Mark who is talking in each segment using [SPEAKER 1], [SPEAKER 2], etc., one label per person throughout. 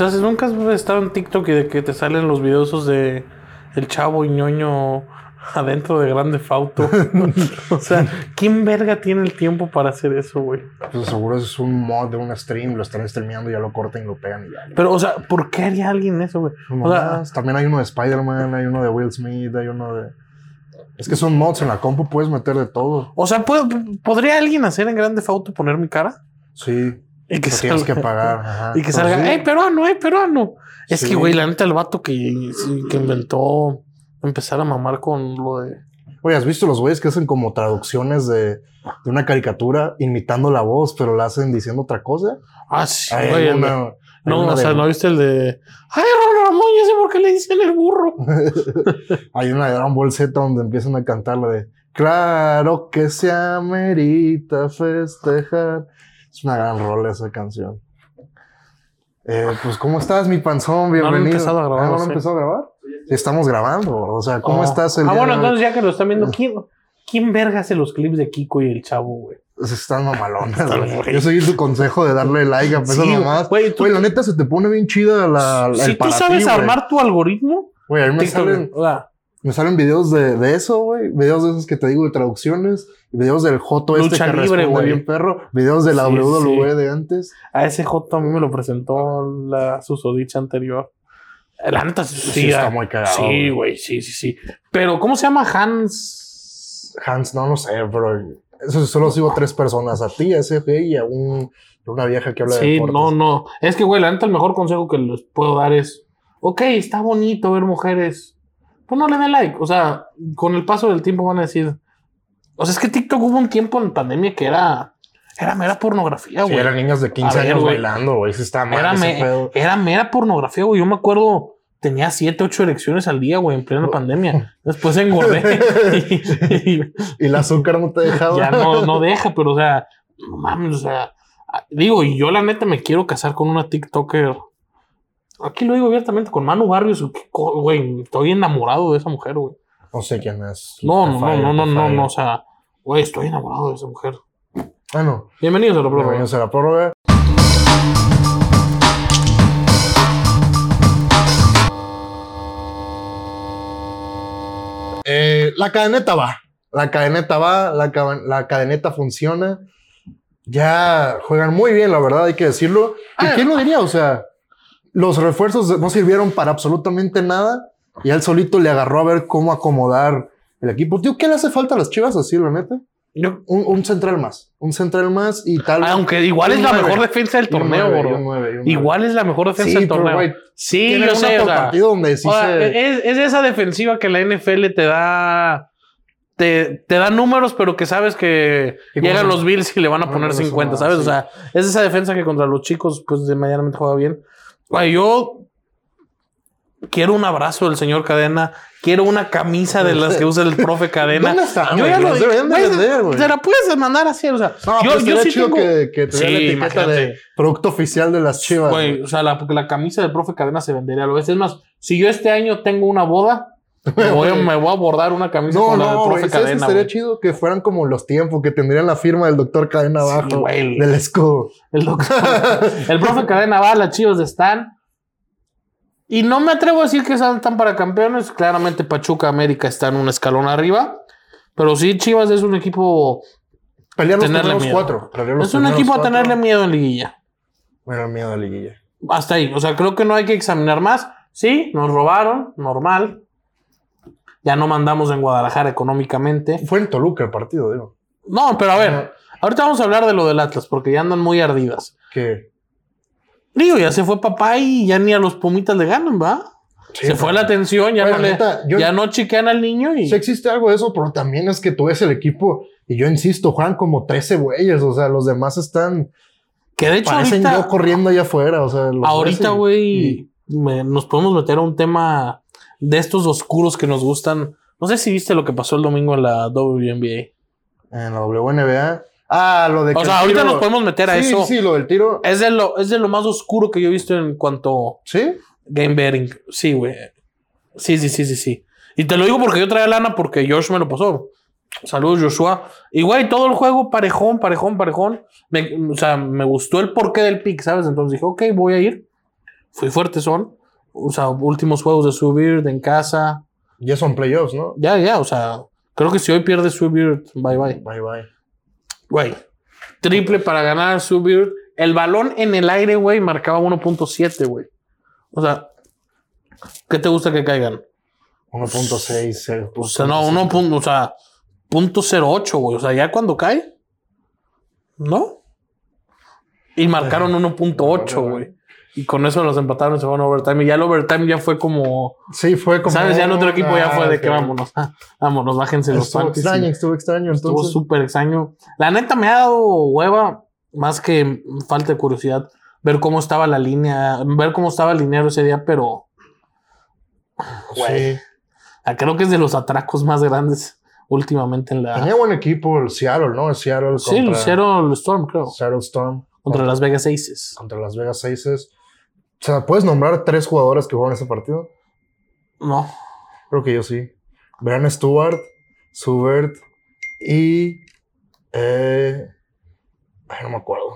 [SPEAKER 1] haces? ¿Nunca has estado en TikTok y de que te salen los videos de el chavo y ñoño adentro de Grande Fauto? o sea, ¿quién verga tiene el tiempo para hacer eso, güey?
[SPEAKER 2] Pues seguro es un mod de un stream, lo están streameando, ya lo cortan y lo pegan y ya. ya.
[SPEAKER 1] Pero, o sea, ¿por qué haría alguien eso, güey? O sea,
[SPEAKER 2] Mamadas. También hay uno de Spider-Man, hay uno de Will Smith, hay uno de... Es que son mods, en la compu puedes meter de todo.
[SPEAKER 1] o sea ¿puedo- ¿podría alguien hacer en Grande Fauto poner mi cara?
[SPEAKER 2] Sí,
[SPEAKER 1] Y
[SPEAKER 2] que tienes que pagar. ajá.
[SPEAKER 1] Y que
[SPEAKER 2] Pero
[SPEAKER 1] salga,
[SPEAKER 2] sí,
[SPEAKER 1] ¡eh, peruano, eh, peruano! Es
[SPEAKER 2] Sí.
[SPEAKER 1] que, güey, la neta, el vato que, sí, que inventó empezar a mamar con lo de.
[SPEAKER 2] Oye, ¿has visto los güeyes que hacen como traducciones de, de una caricatura imitando la voz, pero la hacen diciendo otra cosa?
[SPEAKER 1] Ah, sí,
[SPEAKER 2] Hay
[SPEAKER 1] güey. el-
[SPEAKER 2] alguna- hay
[SPEAKER 1] no,
[SPEAKER 2] una
[SPEAKER 1] o
[SPEAKER 2] de-
[SPEAKER 1] sea, ¿no viste el de. ¡Ay, Ronald Ramón, ya sé por qué le dicen el burro!
[SPEAKER 2] Hay una de Dragon Ball Z donde empiezan a cantar la de Claro que se amerita festejar. Es una gran rola esa canción. Eh, pues, ¿cómo estás, mi panzón?
[SPEAKER 1] han
[SPEAKER 2] Bienvenido.
[SPEAKER 1] empezado a grabar,
[SPEAKER 2] Ah, ¿no han
[SPEAKER 1] sí.
[SPEAKER 2] empezado a grabar? Sí, estamos grabando, gordo. O sea, ¿cómo
[SPEAKER 1] Ah.
[SPEAKER 2] estás el
[SPEAKER 1] Ah,
[SPEAKER 2] día
[SPEAKER 1] bueno,
[SPEAKER 2] de hoy?
[SPEAKER 1] entonces ya que lo están viendo, ¿quién, ¿quién verga hace los clips de Kiko y el chavo, güey?
[SPEAKER 2] Están mamalones.
[SPEAKER 1] Están
[SPEAKER 2] güey.
[SPEAKER 1] güey.
[SPEAKER 2] Yo seguí tu consejo de darle like a pesar
[SPEAKER 1] Sí,
[SPEAKER 2] Pues nomás.
[SPEAKER 1] güey, tú-
[SPEAKER 2] Güey, la neta se te pone bien chida la, la-
[SPEAKER 1] si tú
[SPEAKER 2] el para ti,
[SPEAKER 1] sabes
[SPEAKER 2] güey.
[SPEAKER 1] armar tu algoritmo,
[SPEAKER 2] Güey, a mí me
[SPEAKER 1] TikTok,
[SPEAKER 2] salen,
[SPEAKER 1] o sea,
[SPEAKER 2] me salen videos de, de eso, güey. Videos de esos que te digo de traducciones. Videos del Joto este
[SPEAKER 1] Lucha
[SPEAKER 2] que
[SPEAKER 1] libre,
[SPEAKER 2] responde
[SPEAKER 1] güey.
[SPEAKER 2] bien perro. Videos de la
[SPEAKER 1] Sí,
[SPEAKER 2] WWE de antes.
[SPEAKER 1] a ese Joto a mí me lo presentó la susodicha anterior. La neta, sí,
[SPEAKER 2] Sí, está
[SPEAKER 1] ah,
[SPEAKER 2] muy cagado.
[SPEAKER 1] Sí, güey, sí, sí, sí. Pero, ¿cómo se llama Hans?
[SPEAKER 2] Hans, no lo sé, pero eso solo sigo a tres personas. A ti, a ese güey y a un, una vieja que habla de
[SPEAKER 1] Sí,
[SPEAKER 2] deportes.
[SPEAKER 1] no, no. Es que, güey, la neta, el mejor consejo que les puedo dar es: Ok, está bonito ver mujeres. Pues no le den like. O sea, con el paso del tiempo van a decir. O sea, es que TikTok hubo un tiempo en pandemia que era. Era mera pornografía,
[SPEAKER 2] Sí,
[SPEAKER 1] güey.
[SPEAKER 2] eran niños de 15
[SPEAKER 1] A ver,
[SPEAKER 2] años
[SPEAKER 1] güey.
[SPEAKER 2] bailando, güey. Sí, está mal
[SPEAKER 1] era, me-
[SPEAKER 2] ese pedo.
[SPEAKER 1] era mera pornografía, güey. Yo me acuerdo, tenía siete, ocho erecciones al día, güey, en plena pandemia. Después engordé. Y- y-
[SPEAKER 2] Y el azúcar no te dejaba.
[SPEAKER 1] ya no, no deja, pero o sea, no mames, o sea, a- digo, y yo la neta me quiero casar con una TikToker. Aquí lo digo abiertamente, con Manu Barrios, qué co- güey, estoy enamorado de esa mujer, güey.
[SPEAKER 2] No sé quién es.
[SPEAKER 1] No, no,
[SPEAKER 2] Te
[SPEAKER 1] no,
[SPEAKER 2] falla,
[SPEAKER 1] no, no,
[SPEAKER 2] te
[SPEAKER 1] no,
[SPEAKER 2] falla.
[SPEAKER 1] no, o sea, güey, estoy enamorado de esa mujer.
[SPEAKER 2] Ah, no.
[SPEAKER 1] Bienvenidos a lo propio.
[SPEAKER 2] Bienvenidos a la prórroga. Eh, la cadeneta va. La cadeneta va, la, ca- la cadeneta funciona. Ya juegan muy bien, la verdad, hay que decirlo. ¿Y quién lo diría? O sea, los refuerzos no sirvieron para absolutamente nada y él solito le agarró a ver cómo acomodar el equipo. Tío, ¿qué le hace falta a las chivas así, la neta?
[SPEAKER 1] Yo-
[SPEAKER 2] Un, un central más. Un central más y tal.
[SPEAKER 1] aunque igual es la
[SPEAKER 2] Un nueve.
[SPEAKER 1] mejor defensa del
[SPEAKER 2] Y un
[SPEAKER 1] Ah, torneo,
[SPEAKER 2] nueve, y
[SPEAKER 1] gordo.
[SPEAKER 2] un nueve, y un nueve.
[SPEAKER 1] Igual es la mejor defensa
[SPEAKER 2] Sí,
[SPEAKER 1] del
[SPEAKER 2] pero,
[SPEAKER 1] torneo.
[SPEAKER 2] güey,
[SPEAKER 1] sí,
[SPEAKER 2] Tiene
[SPEAKER 1] yo
[SPEAKER 2] una
[SPEAKER 1] sé,
[SPEAKER 2] por
[SPEAKER 1] o sea,
[SPEAKER 2] partido donde sí
[SPEAKER 1] o sea, eh,
[SPEAKER 2] se-
[SPEAKER 1] es, es esa defensiva que la NFL te da. Te, te da números, pero que sabes que
[SPEAKER 2] Y como
[SPEAKER 1] llegan
[SPEAKER 2] se-
[SPEAKER 1] los Bills y le van a
[SPEAKER 2] Ah,
[SPEAKER 1] poner
[SPEAKER 2] bueno, eso
[SPEAKER 1] 50,
[SPEAKER 2] no,
[SPEAKER 1] ¿sabes? O
[SPEAKER 2] sí.
[SPEAKER 1] sea, es esa defensa que contra los chicos, pues de medianamente juega bien. Güey, yo quiero un abrazo del señor Cadena, quiero una camisa de las que usa el profe Cadena.
[SPEAKER 2] ¿Dónde está,
[SPEAKER 1] Yo
[SPEAKER 2] güey?
[SPEAKER 1] ya lo
[SPEAKER 2] Los deberían de
[SPEAKER 1] güey,
[SPEAKER 2] vender, güey.
[SPEAKER 1] Te la puedes mandar así, o sea,
[SPEAKER 2] No,
[SPEAKER 1] yo,
[SPEAKER 2] pero
[SPEAKER 1] yo
[SPEAKER 2] estaría
[SPEAKER 1] sí
[SPEAKER 2] chido
[SPEAKER 1] tengo-
[SPEAKER 2] que, que te diera
[SPEAKER 1] Sí,
[SPEAKER 2] la etiqueta de
[SPEAKER 1] imagínate.
[SPEAKER 2] producto oficial de las chivas.
[SPEAKER 1] Güey,
[SPEAKER 2] güey.
[SPEAKER 1] o sea, la, porque la camisa del profe Cadena se vendería a lo bestia. Es más, si yo este año tengo una boda, me voy a, me voy a bordar una camisa
[SPEAKER 2] No,
[SPEAKER 1] con la del
[SPEAKER 2] no,
[SPEAKER 1] profe
[SPEAKER 2] güey. ¿Sabes qué
[SPEAKER 1] Cadena.
[SPEAKER 2] estaría
[SPEAKER 1] güey.
[SPEAKER 2] chido? Que fueran como los tiempos que tendrían la firma del doctor Cadena
[SPEAKER 1] Sí,
[SPEAKER 2] abajo
[SPEAKER 1] güey.
[SPEAKER 2] del escudo.
[SPEAKER 1] El, doctor- el profe Cadena va, las chivas están. Y no me atrevo a decir que están para campeones. Claramente Pachuca América están un escalón arriba. Pero sí, Chivas es un equipo.
[SPEAKER 2] Pelear los
[SPEAKER 1] Tenerle
[SPEAKER 2] primeros
[SPEAKER 1] miedo.
[SPEAKER 2] cuatro. pelear los
[SPEAKER 1] Es un
[SPEAKER 2] primeros
[SPEAKER 1] equipo a
[SPEAKER 2] cuatro.
[SPEAKER 1] tenerle miedo en liguilla.
[SPEAKER 2] Bueno, miedo a liguilla.
[SPEAKER 1] Hasta ahí. O sea, creo que no hay que examinar más. Sí, nos robaron, normal. Ya no mandamos en Guadalajara económicamente.
[SPEAKER 2] Fue en Toluca el partido, digo.
[SPEAKER 1] No, pero a ver, ahorita vamos a hablar de lo del Atlas, porque ya andan muy ardidas.
[SPEAKER 2] Que
[SPEAKER 1] Digo, ya se fue papá y ya ni a los pumitas le ganan, ¿va?
[SPEAKER 2] Sí,
[SPEAKER 1] se fue
[SPEAKER 2] pero-
[SPEAKER 1] la atención, ya,
[SPEAKER 2] Bueno,
[SPEAKER 1] no, le,
[SPEAKER 2] neta, yo-
[SPEAKER 1] ya no chiquean al niño y...
[SPEAKER 2] Sí existe algo de eso, pero también es que tú ves el equipo y yo insisto, juegan como 13 güeyes, o sea, los demás están
[SPEAKER 1] Que de hecho
[SPEAKER 2] parecen
[SPEAKER 1] ahorita,
[SPEAKER 2] yo corriendo allá afuera, o sea, los
[SPEAKER 1] ahorita,
[SPEAKER 2] ves y-
[SPEAKER 1] güey, me- nos podemos meter a un tema de estos oscuros que nos gustan. No sé si viste lo que pasó el domingo en la WNBA.
[SPEAKER 2] En la WNBA. Ah, lo de
[SPEAKER 1] O
[SPEAKER 2] que
[SPEAKER 1] sea,
[SPEAKER 2] el
[SPEAKER 1] ahorita
[SPEAKER 2] tiro-
[SPEAKER 1] nos podemos meter a
[SPEAKER 2] sí,
[SPEAKER 1] eso.
[SPEAKER 2] Sí, lo del tiro.
[SPEAKER 1] Es de, lo, es de lo más oscuro que yo he visto en cuanto
[SPEAKER 2] Sí.
[SPEAKER 1] game betting. Sí, güey. Sí, sí, sí, sí, sí. Y te lo digo porque yo traía lana porque Josh me lo pasó. Saludos, Joshua. Y, güey, todo el juego parejón, parejón, parejón. Me- o sea, me gustó el porqué del pick, ¿sabes? Entonces dije, ok, voy a ir. fui fuerte son. O sea, últimos juegos de Subir en casa.
[SPEAKER 2] Ya son playoffs, ¿no?
[SPEAKER 1] Ya, ya, o sea, creo que si hoy pierde Subir, bye bye.
[SPEAKER 2] Bye bye.
[SPEAKER 1] Güey, triple para ganar Subir. El balón en el aire, güey, marcaba 1.7, güey. O sea, ¿qué te gusta que caigan?
[SPEAKER 2] 1.6. cero.
[SPEAKER 1] O sea, no, 1. punto- O sea, 0.08, güey. O sea, ya cuando cae, ¿no? Y marcaron 1.8, güey. Y con eso los empataron y se fueron a overtime. Y ya el overtime ya fue como.
[SPEAKER 2] Sí, fue como.
[SPEAKER 1] ¿Sabes? Ya en otro equipo ya fue de que
[SPEAKER 2] Ah,
[SPEAKER 1] vámonos. ah, vámonos, bájense los
[SPEAKER 2] Estuvo
[SPEAKER 1] panties. y-
[SPEAKER 2] extraño, estuvo extraño.
[SPEAKER 1] Estuvo
[SPEAKER 2] Entonces,
[SPEAKER 1] súper extraño. La neta me ha dado hueva, más que falta de curiosidad, ver cómo estaba la línea, ver cómo estaba el dinero ese día, pero güey.
[SPEAKER 2] sí.
[SPEAKER 1] ah, creo que es de los atracos más grandes últimamente en la.
[SPEAKER 2] Tenía buen equipo el Seattle, ¿no? El Seattle
[SPEAKER 1] Sí,
[SPEAKER 2] contra-
[SPEAKER 1] el Seattle Storm, creo.
[SPEAKER 2] Seattle Storm.
[SPEAKER 1] Contra las Vegas Aces.
[SPEAKER 2] contra Las Vegas Aces. O sea, ¿puedes nombrar tres jugadores que jugaron ese partido?
[SPEAKER 1] No.
[SPEAKER 2] Creo que yo sí. Brian Stewart, Subert y... eh, ay, no me acuerdo.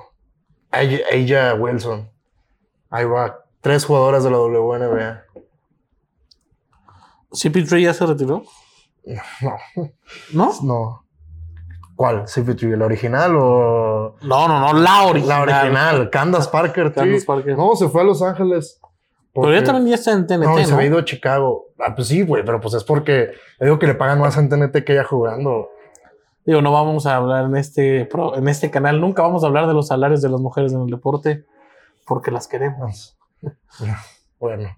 [SPEAKER 2] Ay- Ella Wilson. Ahí va. Tres jugadoras de la WNBA.
[SPEAKER 1] CP3 ya se retiró.
[SPEAKER 2] No,
[SPEAKER 1] ¿No?
[SPEAKER 2] no. ¿Cuál? ¿CP3? ¿La original o...?
[SPEAKER 1] No, no, no, la
[SPEAKER 2] La
[SPEAKER 1] original.
[SPEAKER 2] original. Candace Parker. sí.
[SPEAKER 1] Candace Parker.
[SPEAKER 2] No, se fue a Los Ángeles.
[SPEAKER 1] Pero
[SPEAKER 2] Porque-
[SPEAKER 1] ya también ya está en TNT,
[SPEAKER 2] No, y
[SPEAKER 1] ¿no?
[SPEAKER 2] se había ido a Chicago. Ah, pues sí, güey, pero pues es porque le digo que le pagan más en TNT que ella jugando.
[SPEAKER 1] Digo, no vamos a hablar en este, pro- en este canal, nunca vamos a hablar de los salarios de las mujeres en el deporte, porque las queremos.
[SPEAKER 2] Pues, Bueno,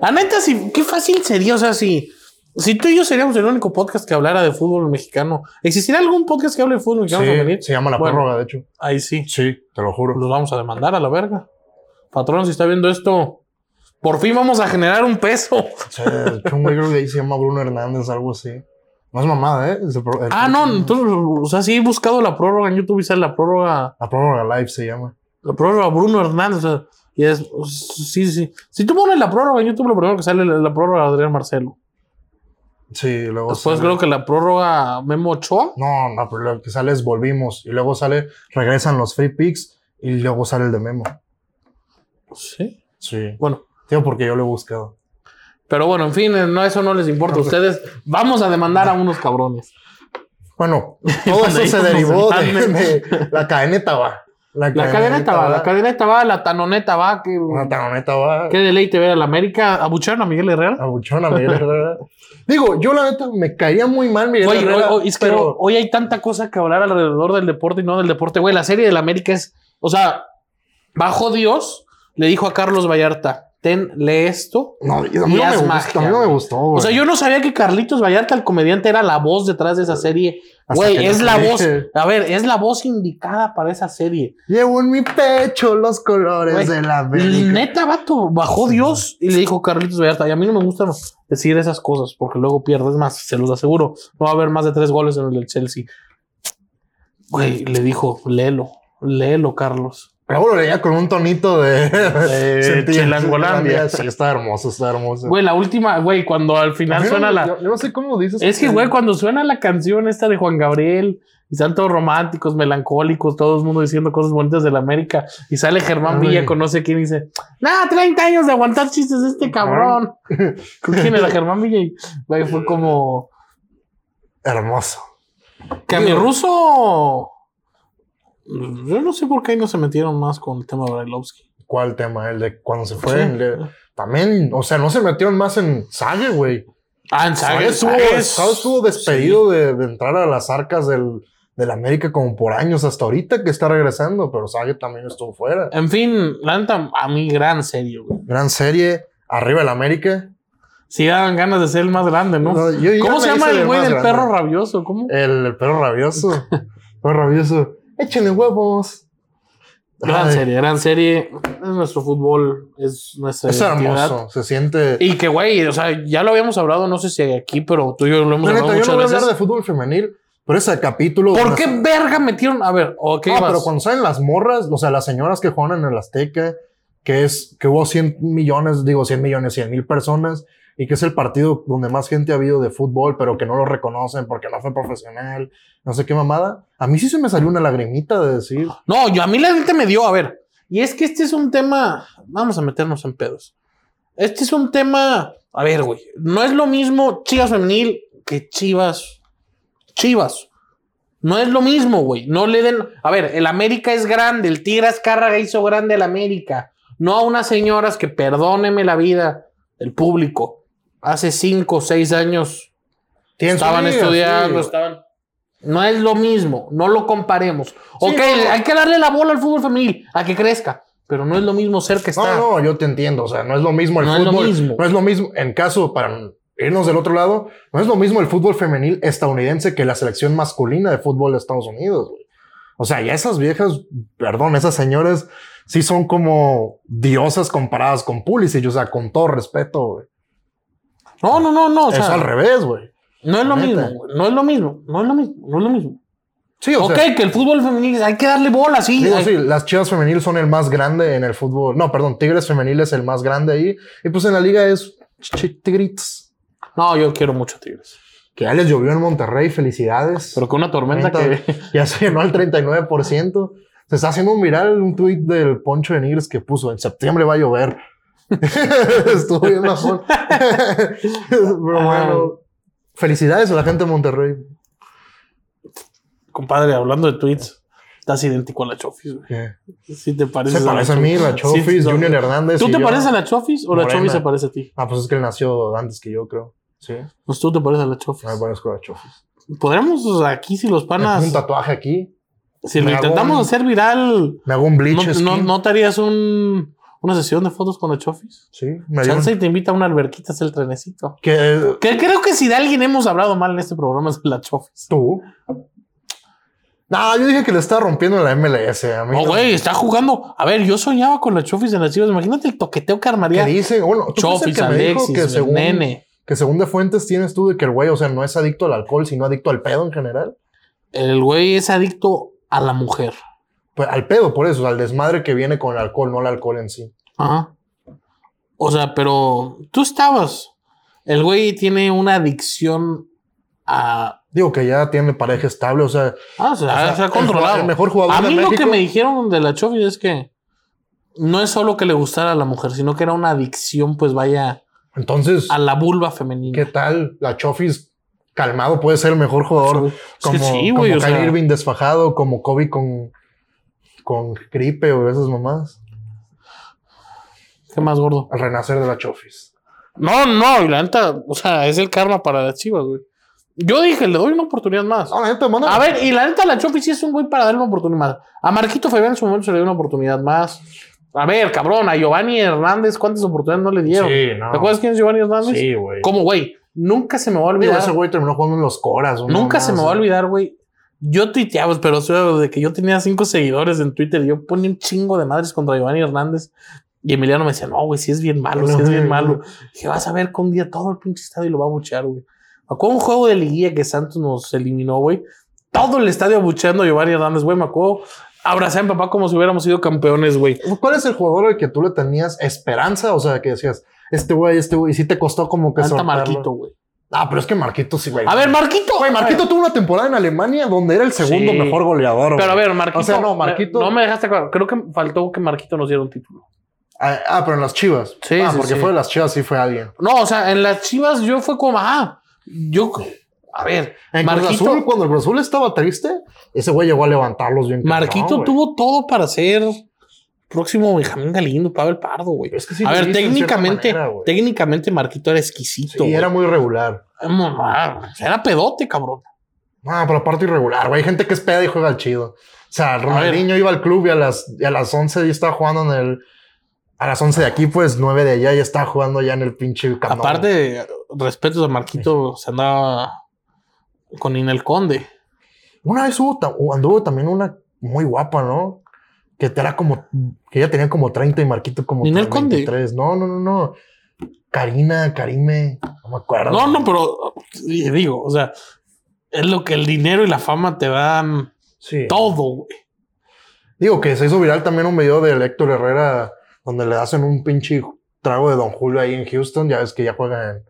[SPEAKER 1] La neta, sí, qué fácil sería, o sea, si, si tú y yo seríamos el único podcast que hablara de fútbol mexicano, ¿existirá algún podcast que hable de fútbol
[SPEAKER 2] sí,
[SPEAKER 1] mexicano femenil?
[SPEAKER 2] se llama la
[SPEAKER 1] Bueno.
[SPEAKER 2] prórroga, de hecho.
[SPEAKER 1] Ahí sí,
[SPEAKER 2] Sí, te lo juro.
[SPEAKER 1] los vamos a demandar a la verga. Patrón, si está viendo esto, por fin vamos a generar un peso.
[SPEAKER 2] O sea, de hecho, un güey creo que ahí se llama Bruno Hernández, algo así. No es mamada, ¿eh? Es el pro- el-
[SPEAKER 1] Ah, no, entonces, o sea, sí he buscado la prórroga en YouTube y sale la prórroga,
[SPEAKER 2] La prórroga live se llama.
[SPEAKER 1] la prórroga Bruno Hernández. o sea, y es, sí, sí. Si tú pones la prórroga en YouTube, lo primero que sale es la prórroga de Adrián Marcelo.
[SPEAKER 2] Oh, Sí, y luego.
[SPEAKER 1] Después
[SPEAKER 2] sale-
[SPEAKER 1] creo que la prórroga Memo Ochoa.
[SPEAKER 2] No, no, pero lo que sale es volvimos. Y luego sale, regresan los free picks y luego sale el de Memo.
[SPEAKER 1] Sí.
[SPEAKER 2] Sí.
[SPEAKER 1] Bueno,
[SPEAKER 2] Tío, porque yo lo he buscado.
[SPEAKER 1] Pero bueno, en fin, eh, no, eso no les importa a
[SPEAKER 2] pues,
[SPEAKER 1] ustedes. Vamos a demandar a unos cabrones.
[SPEAKER 2] Bueno, todo
[SPEAKER 1] Bueno,
[SPEAKER 2] eso se
[SPEAKER 1] ahí nos
[SPEAKER 2] derivó de,
[SPEAKER 1] entendemos.
[SPEAKER 2] de la cadeneta va.
[SPEAKER 1] La cadeneta va, la cadeneta va, la tanoneta va. que-
[SPEAKER 2] La cadeneta va.
[SPEAKER 1] Qué deleite ver a la América. Abucharon a Miguel
[SPEAKER 2] Ah,
[SPEAKER 1] Herrera.
[SPEAKER 2] Abuchona, Miguel Herrera. Digo, yo la neta me caía muy mal Miguel
[SPEAKER 1] Güey,
[SPEAKER 2] Herrera.
[SPEAKER 1] hoy, hoy- es que hoy-
[SPEAKER 2] pero
[SPEAKER 1] hoy hay tanta cosa que hablar alrededor del deporte y no del deporte. Güey, la serie de la América es. O sea, bajo Dios le dijo a Carlos Vallarta: Ten, lee esto.
[SPEAKER 2] no, a mí no
[SPEAKER 1] y haz
[SPEAKER 2] me gustó,
[SPEAKER 1] magia,
[SPEAKER 2] a mí no me
[SPEAKER 1] güey.
[SPEAKER 2] gustó, güey.
[SPEAKER 1] O sea, yo no sabía que Carlitos Vallarta, el comediante, era la voz detrás de esa serie.
[SPEAKER 2] Hasta
[SPEAKER 1] Güey,
[SPEAKER 2] que lo
[SPEAKER 1] es la voz.
[SPEAKER 2] dije.
[SPEAKER 1] A ver, es la voz indicada para esa serie.
[SPEAKER 2] Llevo en mi pecho los colores
[SPEAKER 1] Güey,
[SPEAKER 2] de la
[SPEAKER 1] El
[SPEAKER 2] América.
[SPEAKER 1] Neta, vato, bajó Dios y le dijo Carlitos Vallarta. Y a mí no me gusta decir esas cosas porque luego pierdes más, se los aseguro. No va a haber más de tres goles en el del Chelsea. Güey, le dijo, léelo, léelo, Carlos.
[SPEAKER 2] Luego lo leía con un tonito de...
[SPEAKER 1] De
[SPEAKER 2] sentía-
[SPEAKER 1] Chilangolandia.
[SPEAKER 2] Sí, está hermoso, está hermoso.
[SPEAKER 1] Güey, la última, güey, cuando al
[SPEAKER 2] A
[SPEAKER 1] final
[SPEAKER 2] mí no
[SPEAKER 1] suena
[SPEAKER 2] me-
[SPEAKER 1] la.
[SPEAKER 2] Yo, yo no sé cómo dices.
[SPEAKER 1] Es que, güey, cuando suena la canción esta de Juan Gabriel y están todos románticos, melancólicos, todo el mundo diciendo cosas bonitas de la América y sale Germán
[SPEAKER 2] Ay.
[SPEAKER 1] Villa con no sé quién y dice, nada, 30 años de aguantar chistes de este cabrón. ¿Quién era Germán Villa? Y, Güey, fue como...
[SPEAKER 2] Hermoso.
[SPEAKER 1] Que a mi
[SPEAKER 2] Digo-
[SPEAKER 1] ruso... Yo no sé por qué ahí no se metieron más con el tema de Brailovsky.
[SPEAKER 2] ¿Cuál tema? El de cuando se fue.
[SPEAKER 1] Sí.
[SPEAKER 2] el de- También, o sea, no se metieron más en Sague, güey.
[SPEAKER 1] Ah, en
[SPEAKER 2] Sague estuvo, Sague estuvo despedido de, de entrar a las arcas del, del América como por años hasta ahorita que está regresando, pero Sague también estuvo fuera.
[SPEAKER 1] En fin, la neta, a mí gran serio, güey.
[SPEAKER 2] Gran serie, arriba el América.
[SPEAKER 1] Sí daban ganas de ser el más grande, ¿no?
[SPEAKER 2] No, yo- yo
[SPEAKER 1] ¿Cómo
[SPEAKER 2] me
[SPEAKER 1] se
[SPEAKER 2] hice
[SPEAKER 1] llama el güey
[SPEAKER 2] más
[SPEAKER 1] del
[SPEAKER 2] grande.
[SPEAKER 1] perro rabioso? ¿Cómo?
[SPEAKER 2] El, el perro rabioso. perro rabioso. Échenle huevos.
[SPEAKER 1] Gran
[SPEAKER 2] Ay,
[SPEAKER 1] serie, gran serie. Es nuestro fútbol, es nuestra
[SPEAKER 2] Es
[SPEAKER 1] identidad.
[SPEAKER 2] hermoso. Se siente.
[SPEAKER 1] Y que, güey, o sea, ya lo habíamos hablado, no sé si aquí, pero tú y yo lo hemos
[SPEAKER 2] La neta,
[SPEAKER 1] hablado
[SPEAKER 2] yo no
[SPEAKER 1] muchas
[SPEAKER 2] voy a
[SPEAKER 1] veces.
[SPEAKER 2] hablar de fútbol femenil, pero ese capítulo.
[SPEAKER 1] ¿Por
[SPEAKER 2] donde
[SPEAKER 1] qué verga metieron? A ver, ¿o qué
[SPEAKER 2] No,
[SPEAKER 1] ibas?
[SPEAKER 2] pero cuando salen las morras, o sea, las señoras que juegan en el Azteca, que es que hubo 100 millones, digo 100 millones, 100 mil personas, y que es el partido donde más gente ha habido de fútbol, pero que no lo reconocen porque no fue profesional, no sé qué mamada. A mí sí se me salió una lagrimita de decir,
[SPEAKER 1] No, yo a mí la gente me dio, a ver, Y es que este es un tema, vamos a meternos en pedos. Este es un tema, a ver, güey, no es lo mismo Chivas femenil que Chivas Chivas. No es lo mismo, güey. No le den. A ver, el América es grande. El Tigres Cárraga hizo grande el América. No a unas señoras que perdóneme la vida del público. Hace cinco o seis años
[SPEAKER 2] Tienen su
[SPEAKER 1] estaban
[SPEAKER 2] liga,
[SPEAKER 1] estudiando,
[SPEAKER 2] sí.
[SPEAKER 1] estaban. No es lo mismo. No lo comparemos. ok,
[SPEAKER 2] no.
[SPEAKER 1] hay que darle la bola al fútbol femenil a que crezca. Pero no es lo mismo ser que está.
[SPEAKER 2] No, no, yo te entiendo. O sea, no es lo mismo el
[SPEAKER 1] No es lo
[SPEAKER 2] fútbol.
[SPEAKER 1] mismo.
[SPEAKER 2] No es lo mismo. En caso, para irnos del otro lado, no es lo mismo el fútbol femenil estadounidense que la selección masculina de fútbol de Estados Unidos. güey. O sea, ya esas viejas, perdón, esas señoras sí son como diosas comparadas con Pulisic. O sea, con todo respeto, güey.
[SPEAKER 1] No, no, no, no. o
[SPEAKER 2] es
[SPEAKER 1] sea,
[SPEAKER 2] al revés, güey.
[SPEAKER 1] no es lo
[SPEAKER 2] neta.
[SPEAKER 1] mismo. güey, No es lo mismo. No es lo mismo. No es lo mismo.
[SPEAKER 2] Sí, o
[SPEAKER 1] ok,
[SPEAKER 2] sea,
[SPEAKER 1] que el fútbol femenil hay que darle bola, sí.
[SPEAKER 2] digo,
[SPEAKER 1] hay-
[SPEAKER 2] sí, las chivas femeniles son el más grande en el fútbol. No, perdón, Tigres femenil es el más grande ahí. Y pues en la liga es chi- Tigritos.
[SPEAKER 1] No, yo quiero mucho a Tigres.
[SPEAKER 2] Que ya les llovió en Monterrey, felicidades.
[SPEAKER 1] Pero con una tormenta que.
[SPEAKER 2] 30, Ya se llenó al 39%. Se está haciendo un viral un tuit del Poncho de Nigres que puso en septiembre va a llover. Estuvo bien bajón. Pero bueno, felicidades a la gente de Monterrey.
[SPEAKER 1] Compadre, hablando de tweets, estás idéntico a la Chofis, güey.
[SPEAKER 2] ¿Qué?
[SPEAKER 1] Sí, te
[SPEAKER 2] Se
[SPEAKER 1] pareces.
[SPEAKER 2] parece a mí, la
[SPEAKER 1] Chofis.
[SPEAKER 2] Chofis,
[SPEAKER 1] Sí,
[SPEAKER 2] Junior
[SPEAKER 1] no.
[SPEAKER 2] Hernández.
[SPEAKER 1] ¿Tú
[SPEAKER 2] y
[SPEAKER 1] te
[SPEAKER 2] yo.
[SPEAKER 1] pareces a la Chofis o la
[SPEAKER 2] Morena.
[SPEAKER 1] Chofis se parece a ti?
[SPEAKER 2] Ah, pues es que él nació antes que yo, creo. Sí,
[SPEAKER 1] Pues tú te pareces a la Chofis.
[SPEAKER 2] hay varias cosas Chofis.
[SPEAKER 1] Podríamos, o sea, aquí, si los
[SPEAKER 2] Me
[SPEAKER 1] panas.
[SPEAKER 2] puse un tatuaje aquí,
[SPEAKER 1] Si lo
[SPEAKER 2] me hago
[SPEAKER 1] intentamos
[SPEAKER 2] un-
[SPEAKER 1] hacer viral,
[SPEAKER 2] me hago un
[SPEAKER 1] ¿no,
[SPEAKER 2] bleach
[SPEAKER 1] no,
[SPEAKER 2] skin.
[SPEAKER 1] ¿no te harías un- una sesión de fotos con la Chofis?
[SPEAKER 2] Sí, me dio un-
[SPEAKER 1] Chance y te invita a una alberquita, es el trenecito.
[SPEAKER 2] que
[SPEAKER 1] Que, creo que si de alguien hemos hablado mal en este programa es de la Chofis.
[SPEAKER 2] tú. No, yo dije que le está rompiendo la MLS. A mí
[SPEAKER 1] No,
[SPEAKER 2] no-
[SPEAKER 1] Oh, güey, está jugando. A ver, yo soñaba con la Chofis en las chivas. Imagínate el toqueteo que
[SPEAKER 2] que
[SPEAKER 1] armaría.
[SPEAKER 2] dice, bueno, tú fuiste
[SPEAKER 1] Chofis,
[SPEAKER 2] el que me dijo
[SPEAKER 1] Alexis,
[SPEAKER 2] que según,
[SPEAKER 1] Nene.
[SPEAKER 2] que según de fuentes tienes tú de que el güey, o sea, no es adicto al alcohol, sino adicto al pedo en general.
[SPEAKER 1] El güey es adicto a la mujer.
[SPEAKER 2] Pues al pedo, por eso, o sea, al desmadre que viene con el alcohol, no al alcohol en sí.
[SPEAKER 1] Ajá. O sea, pero tú estabas. El güey tiene una adicción a.
[SPEAKER 2] Digo que ya tiene pareja estable, o sea,
[SPEAKER 1] Ah, o sea,
[SPEAKER 2] sea,
[SPEAKER 1] se ha
[SPEAKER 2] el
[SPEAKER 1] controlado.
[SPEAKER 2] jugador- el mejor jugador
[SPEAKER 1] a
[SPEAKER 2] de
[SPEAKER 1] mí lo que
[SPEAKER 2] México.
[SPEAKER 1] me dijeron de la Chofis es que no es solo que le gustara a la mujer, sino que era una adicción, pues vaya,
[SPEAKER 2] entonces,
[SPEAKER 1] a la vulva
[SPEAKER 2] ¿qué
[SPEAKER 1] femenina.
[SPEAKER 2] tal? La Chofis calmado puede ser el mejor
[SPEAKER 1] O
[SPEAKER 2] jugador.
[SPEAKER 1] sea, es que
[SPEAKER 2] Como,
[SPEAKER 1] sí,
[SPEAKER 2] como
[SPEAKER 1] güey, o
[SPEAKER 2] Kyrie
[SPEAKER 1] sea.
[SPEAKER 2] Irving desfajado, como Kobe con, con gripe o esas mamás.
[SPEAKER 1] ¿Qué más gordo?
[SPEAKER 2] Al renacer de la Chofis.
[SPEAKER 1] No, no, y la neta, o sea, es el karma para las chivas, güey. Yo dije, le doy una oportunidad más.
[SPEAKER 2] No, Ah, la neta, manda-
[SPEAKER 1] A ver, y la neta, la Chofi sí es un güey para darle una oportunidad más. A Marquito Fabián en su momento se le dio una oportunidad más. A ver, cabrón, a Giovanni Hernández, ¿cuántas oportunidades no le dieron?
[SPEAKER 2] Sí, no.
[SPEAKER 1] ¿Te acuerdas quién es Giovanni Hernández?
[SPEAKER 2] Sí, güey.
[SPEAKER 1] Como güey, nunca se me va a
[SPEAKER 2] Digo,
[SPEAKER 1] olvidar.
[SPEAKER 2] ese güey terminó jugando en los coras. una
[SPEAKER 1] nunca
[SPEAKER 2] mamá
[SPEAKER 1] se me
[SPEAKER 2] así.
[SPEAKER 1] va a olvidar, güey. Yo tuiteaba, pero eso de que yo tenía cinco seguidores en Twitter y yo ponía un chingo de madres contra Giovanni Hernández. Y Emiliano me decía, no, güey, si es bien malo, si es bien malo. Dije, vas a ver que un día todo el pinche estadio lo va a buchear, güey. Me acuerdo un juego de liguilla que Santos nos eliminó, güey. Todo el estadio abucheando a Giovanni Hernández, güey. Me acuerdo abrazar a mi papá como si hubiéramos sido campeones, güey.
[SPEAKER 2] ¿Cuál es el jugador al que tú le tenías esperanza? O sea, que decías, este güey, este güey, y sí te costó como que
[SPEAKER 1] Canta
[SPEAKER 2] soltarlo.
[SPEAKER 1] Marquito, güey.
[SPEAKER 2] Ah, pero es que Marquito sí, güey.
[SPEAKER 1] A ver, Marquito.
[SPEAKER 2] Güey, Marquito tuvo una temporada en Alemania donde era el segundo
[SPEAKER 1] Sí.
[SPEAKER 2] mejor goleador.
[SPEAKER 1] Pero a
[SPEAKER 2] güey.
[SPEAKER 1] ver, Marquito.
[SPEAKER 2] O sea, no, Marquito-
[SPEAKER 1] No me dejaste claro. Creo que faltó que Marquito nos diera un título.
[SPEAKER 2] Ah, ah, pero en las chivas.
[SPEAKER 1] Sí,
[SPEAKER 2] Ah,
[SPEAKER 1] sí,
[SPEAKER 2] porque
[SPEAKER 1] sí.
[SPEAKER 2] fue de las chivas, sí fue alguien.
[SPEAKER 1] No, o sea, en las Chivas yo fue como, ah, yo, a ver,
[SPEAKER 2] En Cruz
[SPEAKER 1] Marquito,
[SPEAKER 2] Azul, cuando el Cruz Azul estaba triste, ese güey llegó a levantarlos bien. cabrón,
[SPEAKER 1] Marquito
[SPEAKER 2] güey.
[SPEAKER 1] tuvo todo para ser próximo Benjamín Galindo, Pablo el Pardo, güey.
[SPEAKER 2] Es que sí
[SPEAKER 1] a
[SPEAKER 2] lo
[SPEAKER 1] ver,
[SPEAKER 2] hizo en cierta
[SPEAKER 1] técnicamente,
[SPEAKER 2] manera, güey.
[SPEAKER 1] técnicamente Marquito era exquisito.
[SPEAKER 2] Sí,
[SPEAKER 1] güey.
[SPEAKER 2] era muy irregular.
[SPEAKER 1] Vamos, ah, Era pedote, cabrón.
[SPEAKER 2] Ah, pero aparte irregular, güey. Hay gente que es peda y juega al chido. O sea, Ronaldinho iba al club y a las, y a las 11 ya estaba jugando en el. A las 11 de aquí, pues 9 de allá ya estaba jugando ya en el pinche Camp Nou.
[SPEAKER 1] Aparte, respetos a Marquito, se andaba con Inel Conde.
[SPEAKER 2] Una vez hubo, ta- anduvo también una muy guapa, ¿no? Que te era como. Que ella tenía como 30 y Marquito como.
[SPEAKER 1] Ninel Conde.
[SPEAKER 2] 23. No, no, no, no. Karina, Karime. No me acuerdo.
[SPEAKER 1] No, no, pero eh, digo, o sea, es lo que el dinero y la fama te dan
[SPEAKER 2] Sí.
[SPEAKER 1] todo, güey.
[SPEAKER 2] Digo que se hizo viral también un video de Héctor Herrera donde le hacen un pinche trago de Don Julio ahí en Houston. Ya ves que ya juega en,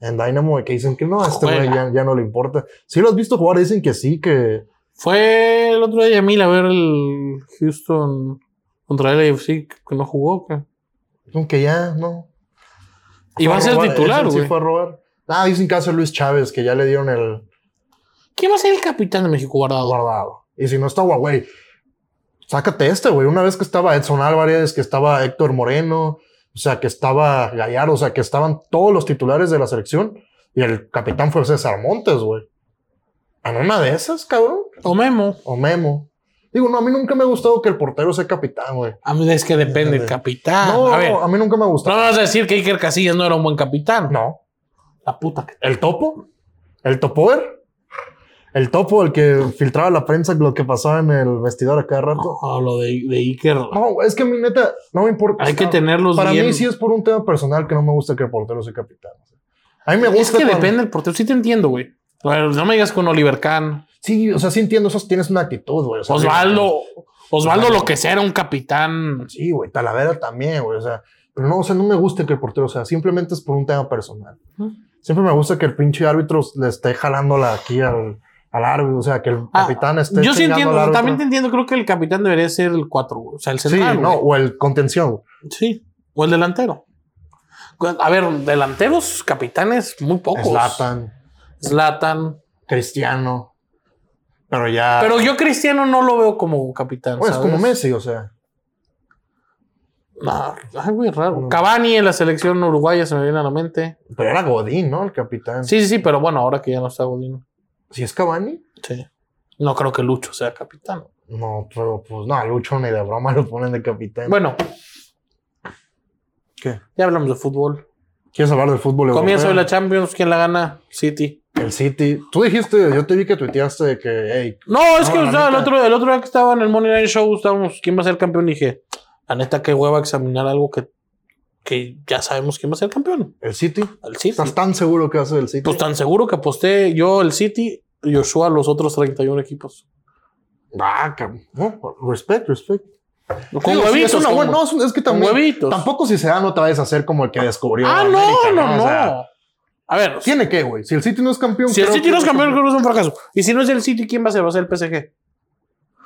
[SPEAKER 2] en Dynamo y que dicen que no, a este güey
[SPEAKER 1] Juega.
[SPEAKER 2] ya, ya no le importa. Si lo has visto jugar, dicen que sí, que
[SPEAKER 1] Fue el otro día Yamil a ver el Houston contra el AFC que no jugó. ¿qué?
[SPEAKER 2] Aunque ya, no.
[SPEAKER 1] Y va a ser
[SPEAKER 2] robar,
[SPEAKER 1] titular,
[SPEAKER 2] ese sí
[SPEAKER 1] güey.
[SPEAKER 2] fue a robar. Ah, dicen que hace Luis Chávez, que ya le dieron el
[SPEAKER 1] ¿Quién va a ser el capitán de México guardado?
[SPEAKER 2] guardado. Y si no está Huawei, sácate este, güey. Una vez que estaba Edson Álvarez, que estaba Héctor Moreno, o sea, que estaba Gallardo, o sea, que estaban todos los titulares de la selección. Y el capitán fue César Montes, güey. ¿En una de esas, cabrón?
[SPEAKER 1] O Memo.
[SPEAKER 2] ¿O Memo? Digo, no, a mí nunca me ha gustado que el portero sea capitán, güey.
[SPEAKER 1] A mí es que depende el capitán.
[SPEAKER 2] No,
[SPEAKER 1] Ah, a ver,
[SPEAKER 2] a mí nunca me ha
[SPEAKER 1] no
[SPEAKER 2] gustado.
[SPEAKER 1] me vas a decir que Iker Casillas no era un buen capitán.
[SPEAKER 2] No.
[SPEAKER 1] La puta que.
[SPEAKER 2] ¿El topo? ¿El topoer? ¿El topo, el que filtraba la prensa lo que pasaba en el vestidor a cada rato?
[SPEAKER 1] No, lo de, de Iker.
[SPEAKER 2] No, es que mi neta, no me importa.
[SPEAKER 1] Hay que
[SPEAKER 2] Ah,
[SPEAKER 1] tenerlos
[SPEAKER 2] Para
[SPEAKER 1] Pues bien.
[SPEAKER 2] mí sí es por un tema personal que no me gusta que el portero sea capitán. A mí me
[SPEAKER 1] es
[SPEAKER 2] gusta.
[SPEAKER 1] que
[SPEAKER 2] cuando-
[SPEAKER 1] depende del portero. Sí te entiendo, güey. A ver, No me digas con Oliver Kahn.
[SPEAKER 2] Sí, o sea, sí entiendo, esos tienes una actitud, güey. o sea,
[SPEAKER 1] Osvaldo. Osvaldo lo que sea era un capitán.
[SPEAKER 2] Sí, güey, Talavera también, güey. O sea, pero no, o sea, no me gusta que el portero sea, simplemente es por un tema personal.
[SPEAKER 1] Ujú.
[SPEAKER 2] Siempre me gusta que el pinche árbitro le esté jalándola aquí al, al árbitro, o sea, que el
[SPEAKER 1] Ah,
[SPEAKER 2] capitán esté.
[SPEAKER 1] Yo sí
[SPEAKER 2] chingando
[SPEAKER 1] entiendo,
[SPEAKER 2] al árbitro.
[SPEAKER 1] también te entiendo, creo que el capitán debería ser el 4, o sea, el
[SPEAKER 2] Sí,
[SPEAKER 1] central.
[SPEAKER 2] no,
[SPEAKER 1] güey.
[SPEAKER 2] o el contención.
[SPEAKER 1] Sí, o el delantero. A ver, delanteros, capitanes, muy pocos.
[SPEAKER 2] Zlatan,
[SPEAKER 1] Zlatan.
[SPEAKER 2] Cristiano. Pero ya.
[SPEAKER 1] Pero yo Cristiano no lo veo como capitán.
[SPEAKER 2] Bueno, es
[SPEAKER 1] ¿sabes?
[SPEAKER 2] Pues, como Messi, o sea.
[SPEAKER 1] No, ay, güey, raro.
[SPEAKER 2] No.
[SPEAKER 1] Cavani en la selección uruguaya se me viene a la mente.
[SPEAKER 2] Pero era Godín, ¿no? El capitán.
[SPEAKER 1] Sí, sí, sí, pero bueno, ahora que ya no está Godín.
[SPEAKER 2] Si es Cavani.
[SPEAKER 1] Sí. No creo que Lucho sea capitán.
[SPEAKER 2] No, pero pues no, a Lucho ni de broma lo ponen de capitán.
[SPEAKER 1] Bueno,
[SPEAKER 2] ¿Qué?
[SPEAKER 1] ya hablamos de fútbol.
[SPEAKER 2] ¿Quieres hablar del fútbol
[SPEAKER 1] Comienzo de
[SPEAKER 2] europeo?
[SPEAKER 1] la Champions, ¿quién la gana? City.
[SPEAKER 2] El City. Tú dijiste, yo te vi que tuiteaste de que, hey,
[SPEAKER 1] No, es
[SPEAKER 2] No,
[SPEAKER 1] que
[SPEAKER 2] la
[SPEAKER 1] o sea, el,
[SPEAKER 2] neta.
[SPEAKER 1] otro, el otro día que estaba en el Money Line Show, estábamos, ¿quién va a ser campeón? Y dije, la neta, qué hueva examinar algo que, que ya sabemos quién va a ser campeón.
[SPEAKER 2] el City.
[SPEAKER 1] El City.
[SPEAKER 2] ¿Estás tan seguro que hace el City?
[SPEAKER 1] Pues tan seguro que aposté yo el City y Joshua los otros 31 equipos.
[SPEAKER 2] Ah, cabrón. No, respect, respect.
[SPEAKER 1] Con
[SPEAKER 2] Digo, sí,
[SPEAKER 1] huevitos.
[SPEAKER 2] es una
[SPEAKER 1] con-
[SPEAKER 2] buena- no, es un- es que
[SPEAKER 1] con
[SPEAKER 2] también.
[SPEAKER 1] huevitos.
[SPEAKER 2] Tampoco si se da, no te vayas a hacer como el que descubrió.
[SPEAKER 1] ah, no,
[SPEAKER 2] América,
[SPEAKER 1] no, no.
[SPEAKER 2] O sea,
[SPEAKER 1] a ver,
[SPEAKER 2] Tiene que, güey. Si el City no es campeón.
[SPEAKER 1] si el
[SPEAKER 2] creo
[SPEAKER 1] City
[SPEAKER 2] que-
[SPEAKER 1] no es campeón, creo que es un fracaso. Y si no es el City, ¿quién va a ser? Va a ser el PSG.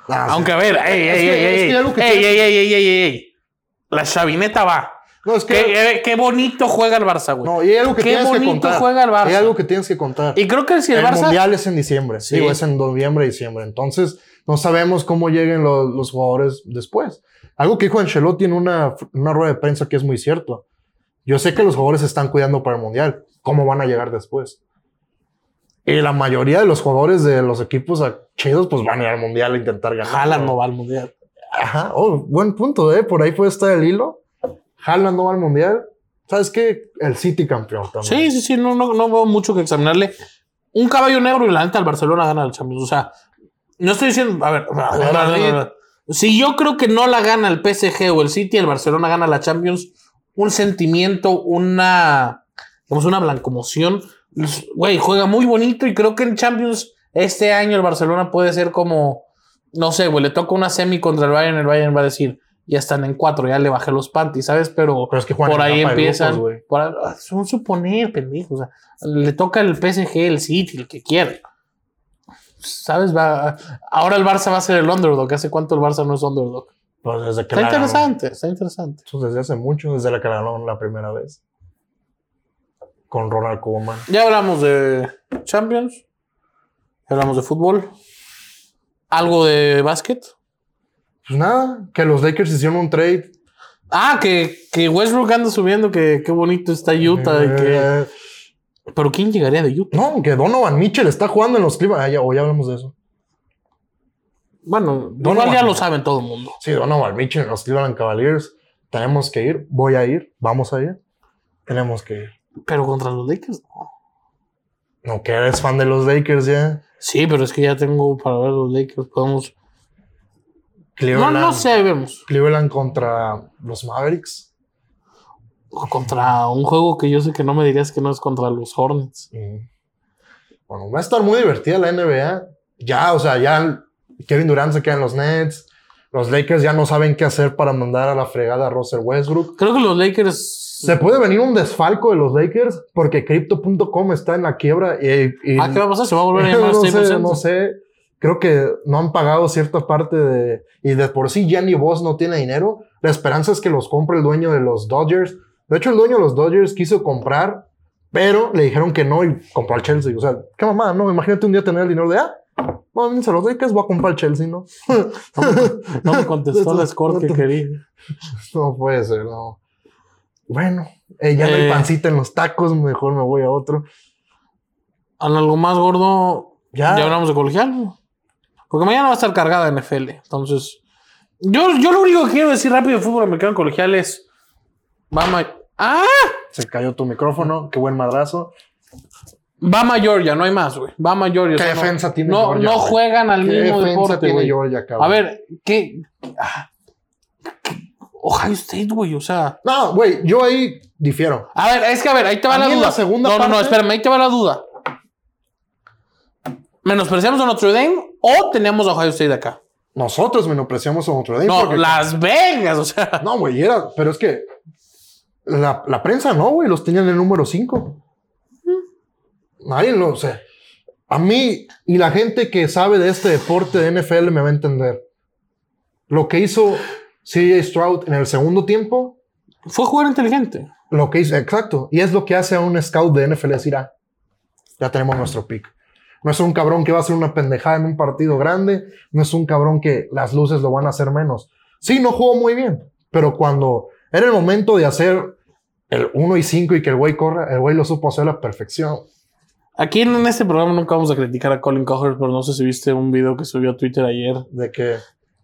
[SPEAKER 2] Ah, sí.
[SPEAKER 1] Aunque, a ver, ey,
[SPEAKER 2] Es
[SPEAKER 1] ey,
[SPEAKER 2] que-
[SPEAKER 1] ey,
[SPEAKER 2] es que
[SPEAKER 1] ey,
[SPEAKER 2] ya lo que
[SPEAKER 1] ey,
[SPEAKER 2] tiene-
[SPEAKER 1] ey, ey, ey, ey, ey, ey. La chavineta va.
[SPEAKER 2] No, es que.
[SPEAKER 1] Qué, eh, qué bonito juega el Barça, güey.
[SPEAKER 2] no, y hay algo que
[SPEAKER 1] qué
[SPEAKER 2] tienes que
[SPEAKER 1] bonito
[SPEAKER 2] contar.
[SPEAKER 1] juega el Barça.
[SPEAKER 2] Hay algo que tienes que contar.
[SPEAKER 1] Y creo que si el, Barça.
[SPEAKER 2] mundial es en diciembre.
[SPEAKER 1] Sí.
[SPEAKER 2] Digo, es en noviembre, diciembre. Entonces, no sabemos cómo lleguen lo- los jugadores después. Algo que dijo Ancelotti en una, una rueda de prensa que es muy cierto. Yo sé que los jugadores se están cuidando para el mundial. ¿Cómo van a llegar después? Y la mayoría de los jugadores de los equipos ah, chidos, pues van a ir al mundial a intentar ganar.
[SPEAKER 1] Haaland no va al mundial.
[SPEAKER 2] Ajá, oh, buen punto, ¿eh? Por ahí puede estar el hilo. Haaland no va al mundial. ¿Sabes qué? El City campeón
[SPEAKER 1] Sí,
[SPEAKER 2] también.
[SPEAKER 1] sí, sí, no, no, no veo mucho que examinarle. Un caballo negro y la neta al Barcelona gana el Champions. O sea, no estoy diciendo. A ver, a ver, a ver, a ver, a ver. si yo creo que no la gana el PSG o el City, el Barcelona gana la Champions, un sentimiento, una. digamos, una blancomoción. Güey, juega muy bonito y creo que en Champions este año el Barcelona puede ser como. No sé, güey, le toca una semi contra el Bayern, el Bayern va a decir. Ya están en cuatro, ya le bajé los panties, ¿sabes? Pero
[SPEAKER 2] Pero es que juegan
[SPEAKER 1] por
[SPEAKER 2] en
[SPEAKER 1] ahí
[SPEAKER 2] etapa de grupos,
[SPEAKER 1] empiezan.
[SPEAKER 2] güey.
[SPEAKER 1] por ahí- ah, es un suponer, pendejo. O sea, le toca el PSG, el City, el que quiera. ¿Sabes? Va, ahora el Barça va a ser el underdog. ¿Hace cuánto el Barça no es underdog?
[SPEAKER 2] Pues desde que
[SPEAKER 1] Está
[SPEAKER 2] la ganó.
[SPEAKER 1] interesante, está interesante.
[SPEAKER 2] Pues desde hace mucho, desde la que la ganó la primera vez. Con Ronald Koeman.
[SPEAKER 1] Ya hablamos de Champions. ya hablamos de fútbol. Algo de básquet.
[SPEAKER 2] Pues nada, que los Lakers hicieron un trade.
[SPEAKER 1] Ah, que, que Westbrook anda subiendo, que qué bonito está Utah. y que-
[SPEAKER 2] Eh,
[SPEAKER 1] Pero ¿quién llegaría de Utah?
[SPEAKER 2] No, que Donovan Mitchell está jugando en los Clippers. Ah, ya, o ya hablamos de eso.
[SPEAKER 1] Bueno,
[SPEAKER 2] Donovan.
[SPEAKER 1] igual ya lo saben todo el mundo.
[SPEAKER 2] Sí, Donovan Mitchell en los Cleveland Cavaliers. Tenemos que ir. Voy a ir. Vamos a ir. Tenemos que ir.
[SPEAKER 1] Pero contra los Lakers, no.
[SPEAKER 2] No, que eres fan de los Lakers ya.
[SPEAKER 1] Sí, pero es que ya tengo para ver los Lakers. Podemos. No,
[SPEAKER 2] Cleveland.
[SPEAKER 1] no sé, ahí vemos.
[SPEAKER 2] Cleveland contra los Mavericks.
[SPEAKER 1] O Contra un juego que yo sé que no me dirías que no es contra los Hornets.
[SPEAKER 2] Mm. Bueno, va a estar muy divertida la NBA. Ya, o sea, ya Kevin Durant se queda en los Nets. Los Lakers ya no saben qué hacer para mandar a la fregada a Russell Westbrook.
[SPEAKER 1] Creo que los Lakers.
[SPEAKER 2] Se puede venir un desfalco de los Lakers porque Crypto.com está en la quiebra y, y-
[SPEAKER 1] Ah, ¿qué va a pasar? Se va a volver a llamar
[SPEAKER 2] no,
[SPEAKER 1] Staples
[SPEAKER 2] sé,
[SPEAKER 1] Center.
[SPEAKER 2] no sé. creo que no han pagado cierta parte de... Y de por sí ya ni Voss no tiene dinero. La esperanza es que los compre el dueño de los Dodgers. De hecho, el dueño de los Dodgers quiso comprar, pero le dijeron que no y compró al Chelsea. O sea, qué mamá, ¿no? Imagínate un día tener el dinero de... Ah, no, se los doy que es voy a comprar al Chelsea, ¿no?
[SPEAKER 1] No me, no me contestó el score que quería.
[SPEAKER 2] No puede ser, no. Bueno, eh, ya no hay
[SPEAKER 1] Eh.
[SPEAKER 2] pancita en los tacos, mejor me voy a otro.
[SPEAKER 1] Al algo más gordo,
[SPEAKER 2] Ya.
[SPEAKER 1] ya, hablamos de colegial. Porque mañana va a estar cargada NFL. Entonces, yo, yo lo único que quiero decir rápido de fútbol americano colegial es. Va, Ma- ¡Ah!
[SPEAKER 2] Se cayó tu micrófono, qué buen madrazo.
[SPEAKER 1] Bama Georgia, no hay más, güey. Bama Georgia.
[SPEAKER 2] ¿Qué
[SPEAKER 1] o sea, no-
[SPEAKER 2] defensa tiene
[SPEAKER 1] no,
[SPEAKER 2] Georgia,
[SPEAKER 1] No
[SPEAKER 2] güey?
[SPEAKER 1] juegan al
[SPEAKER 2] ¿Qué
[SPEAKER 1] mismo
[SPEAKER 2] defensa
[SPEAKER 1] deporte,
[SPEAKER 2] tiene
[SPEAKER 1] güey.
[SPEAKER 2] Georgia, cabrón?
[SPEAKER 1] A ver, ¿qué? ah, ¿qué- Ohio State, güey, o sea.
[SPEAKER 2] No, güey, yo ahí difiero.
[SPEAKER 1] A ver, es que a ver, ahí te va
[SPEAKER 2] A
[SPEAKER 1] la
[SPEAKER 2] mí en
[SPEAKER 1] duda.
[SPEAKER 2] la segunda
[SPEAKER 1] no, no, no,
[SPEAKER 2] parte-
[SPEAKER 1] espérame, ahí te va la duda. ¿Menospreciamos a Notre Dame o tenemos a Ohio State acá?
[SPEAKER 2] Nosotros menospreciamos a Notre Dame.
[SPEAKER 1] No,
[SPEAKER 2] porque-
[SPEAKER 1] Las Vegas, o sea.
[SPEAKER 2] No, güey, era, pero es que la, la prensa no, güey, los tenían en el número 5. Nadie lo, o sea, a mí y la gente que sabe de este deporte de NFL me va a entender. Lo que hizo CJ Stroud en el segundo tiempo,
[SPEAKER 1] Fue jugar inteligente.
[SPEAKER 2] lo que hizo, exacto, y es lo que hace a un scout de NFL decir, ah, ya tenemos nuestro pick. No es un cabrón que va a hacer una pendejada en un partido grande, no es un cabrón que las luces lo van a hacer menos. Sí, no jugó muy bien, pero cuando era el momento de hacer el 1 y 5 y que el güey corra, el güey lo supo hacer a la perfección.
[SPEAKER 1] Aquí en en este programa nunca vamos a criticar a Colin Cowherd, pero no sé si viste un video que subió a Twitter ayer.
[SPEAKER 2] De que,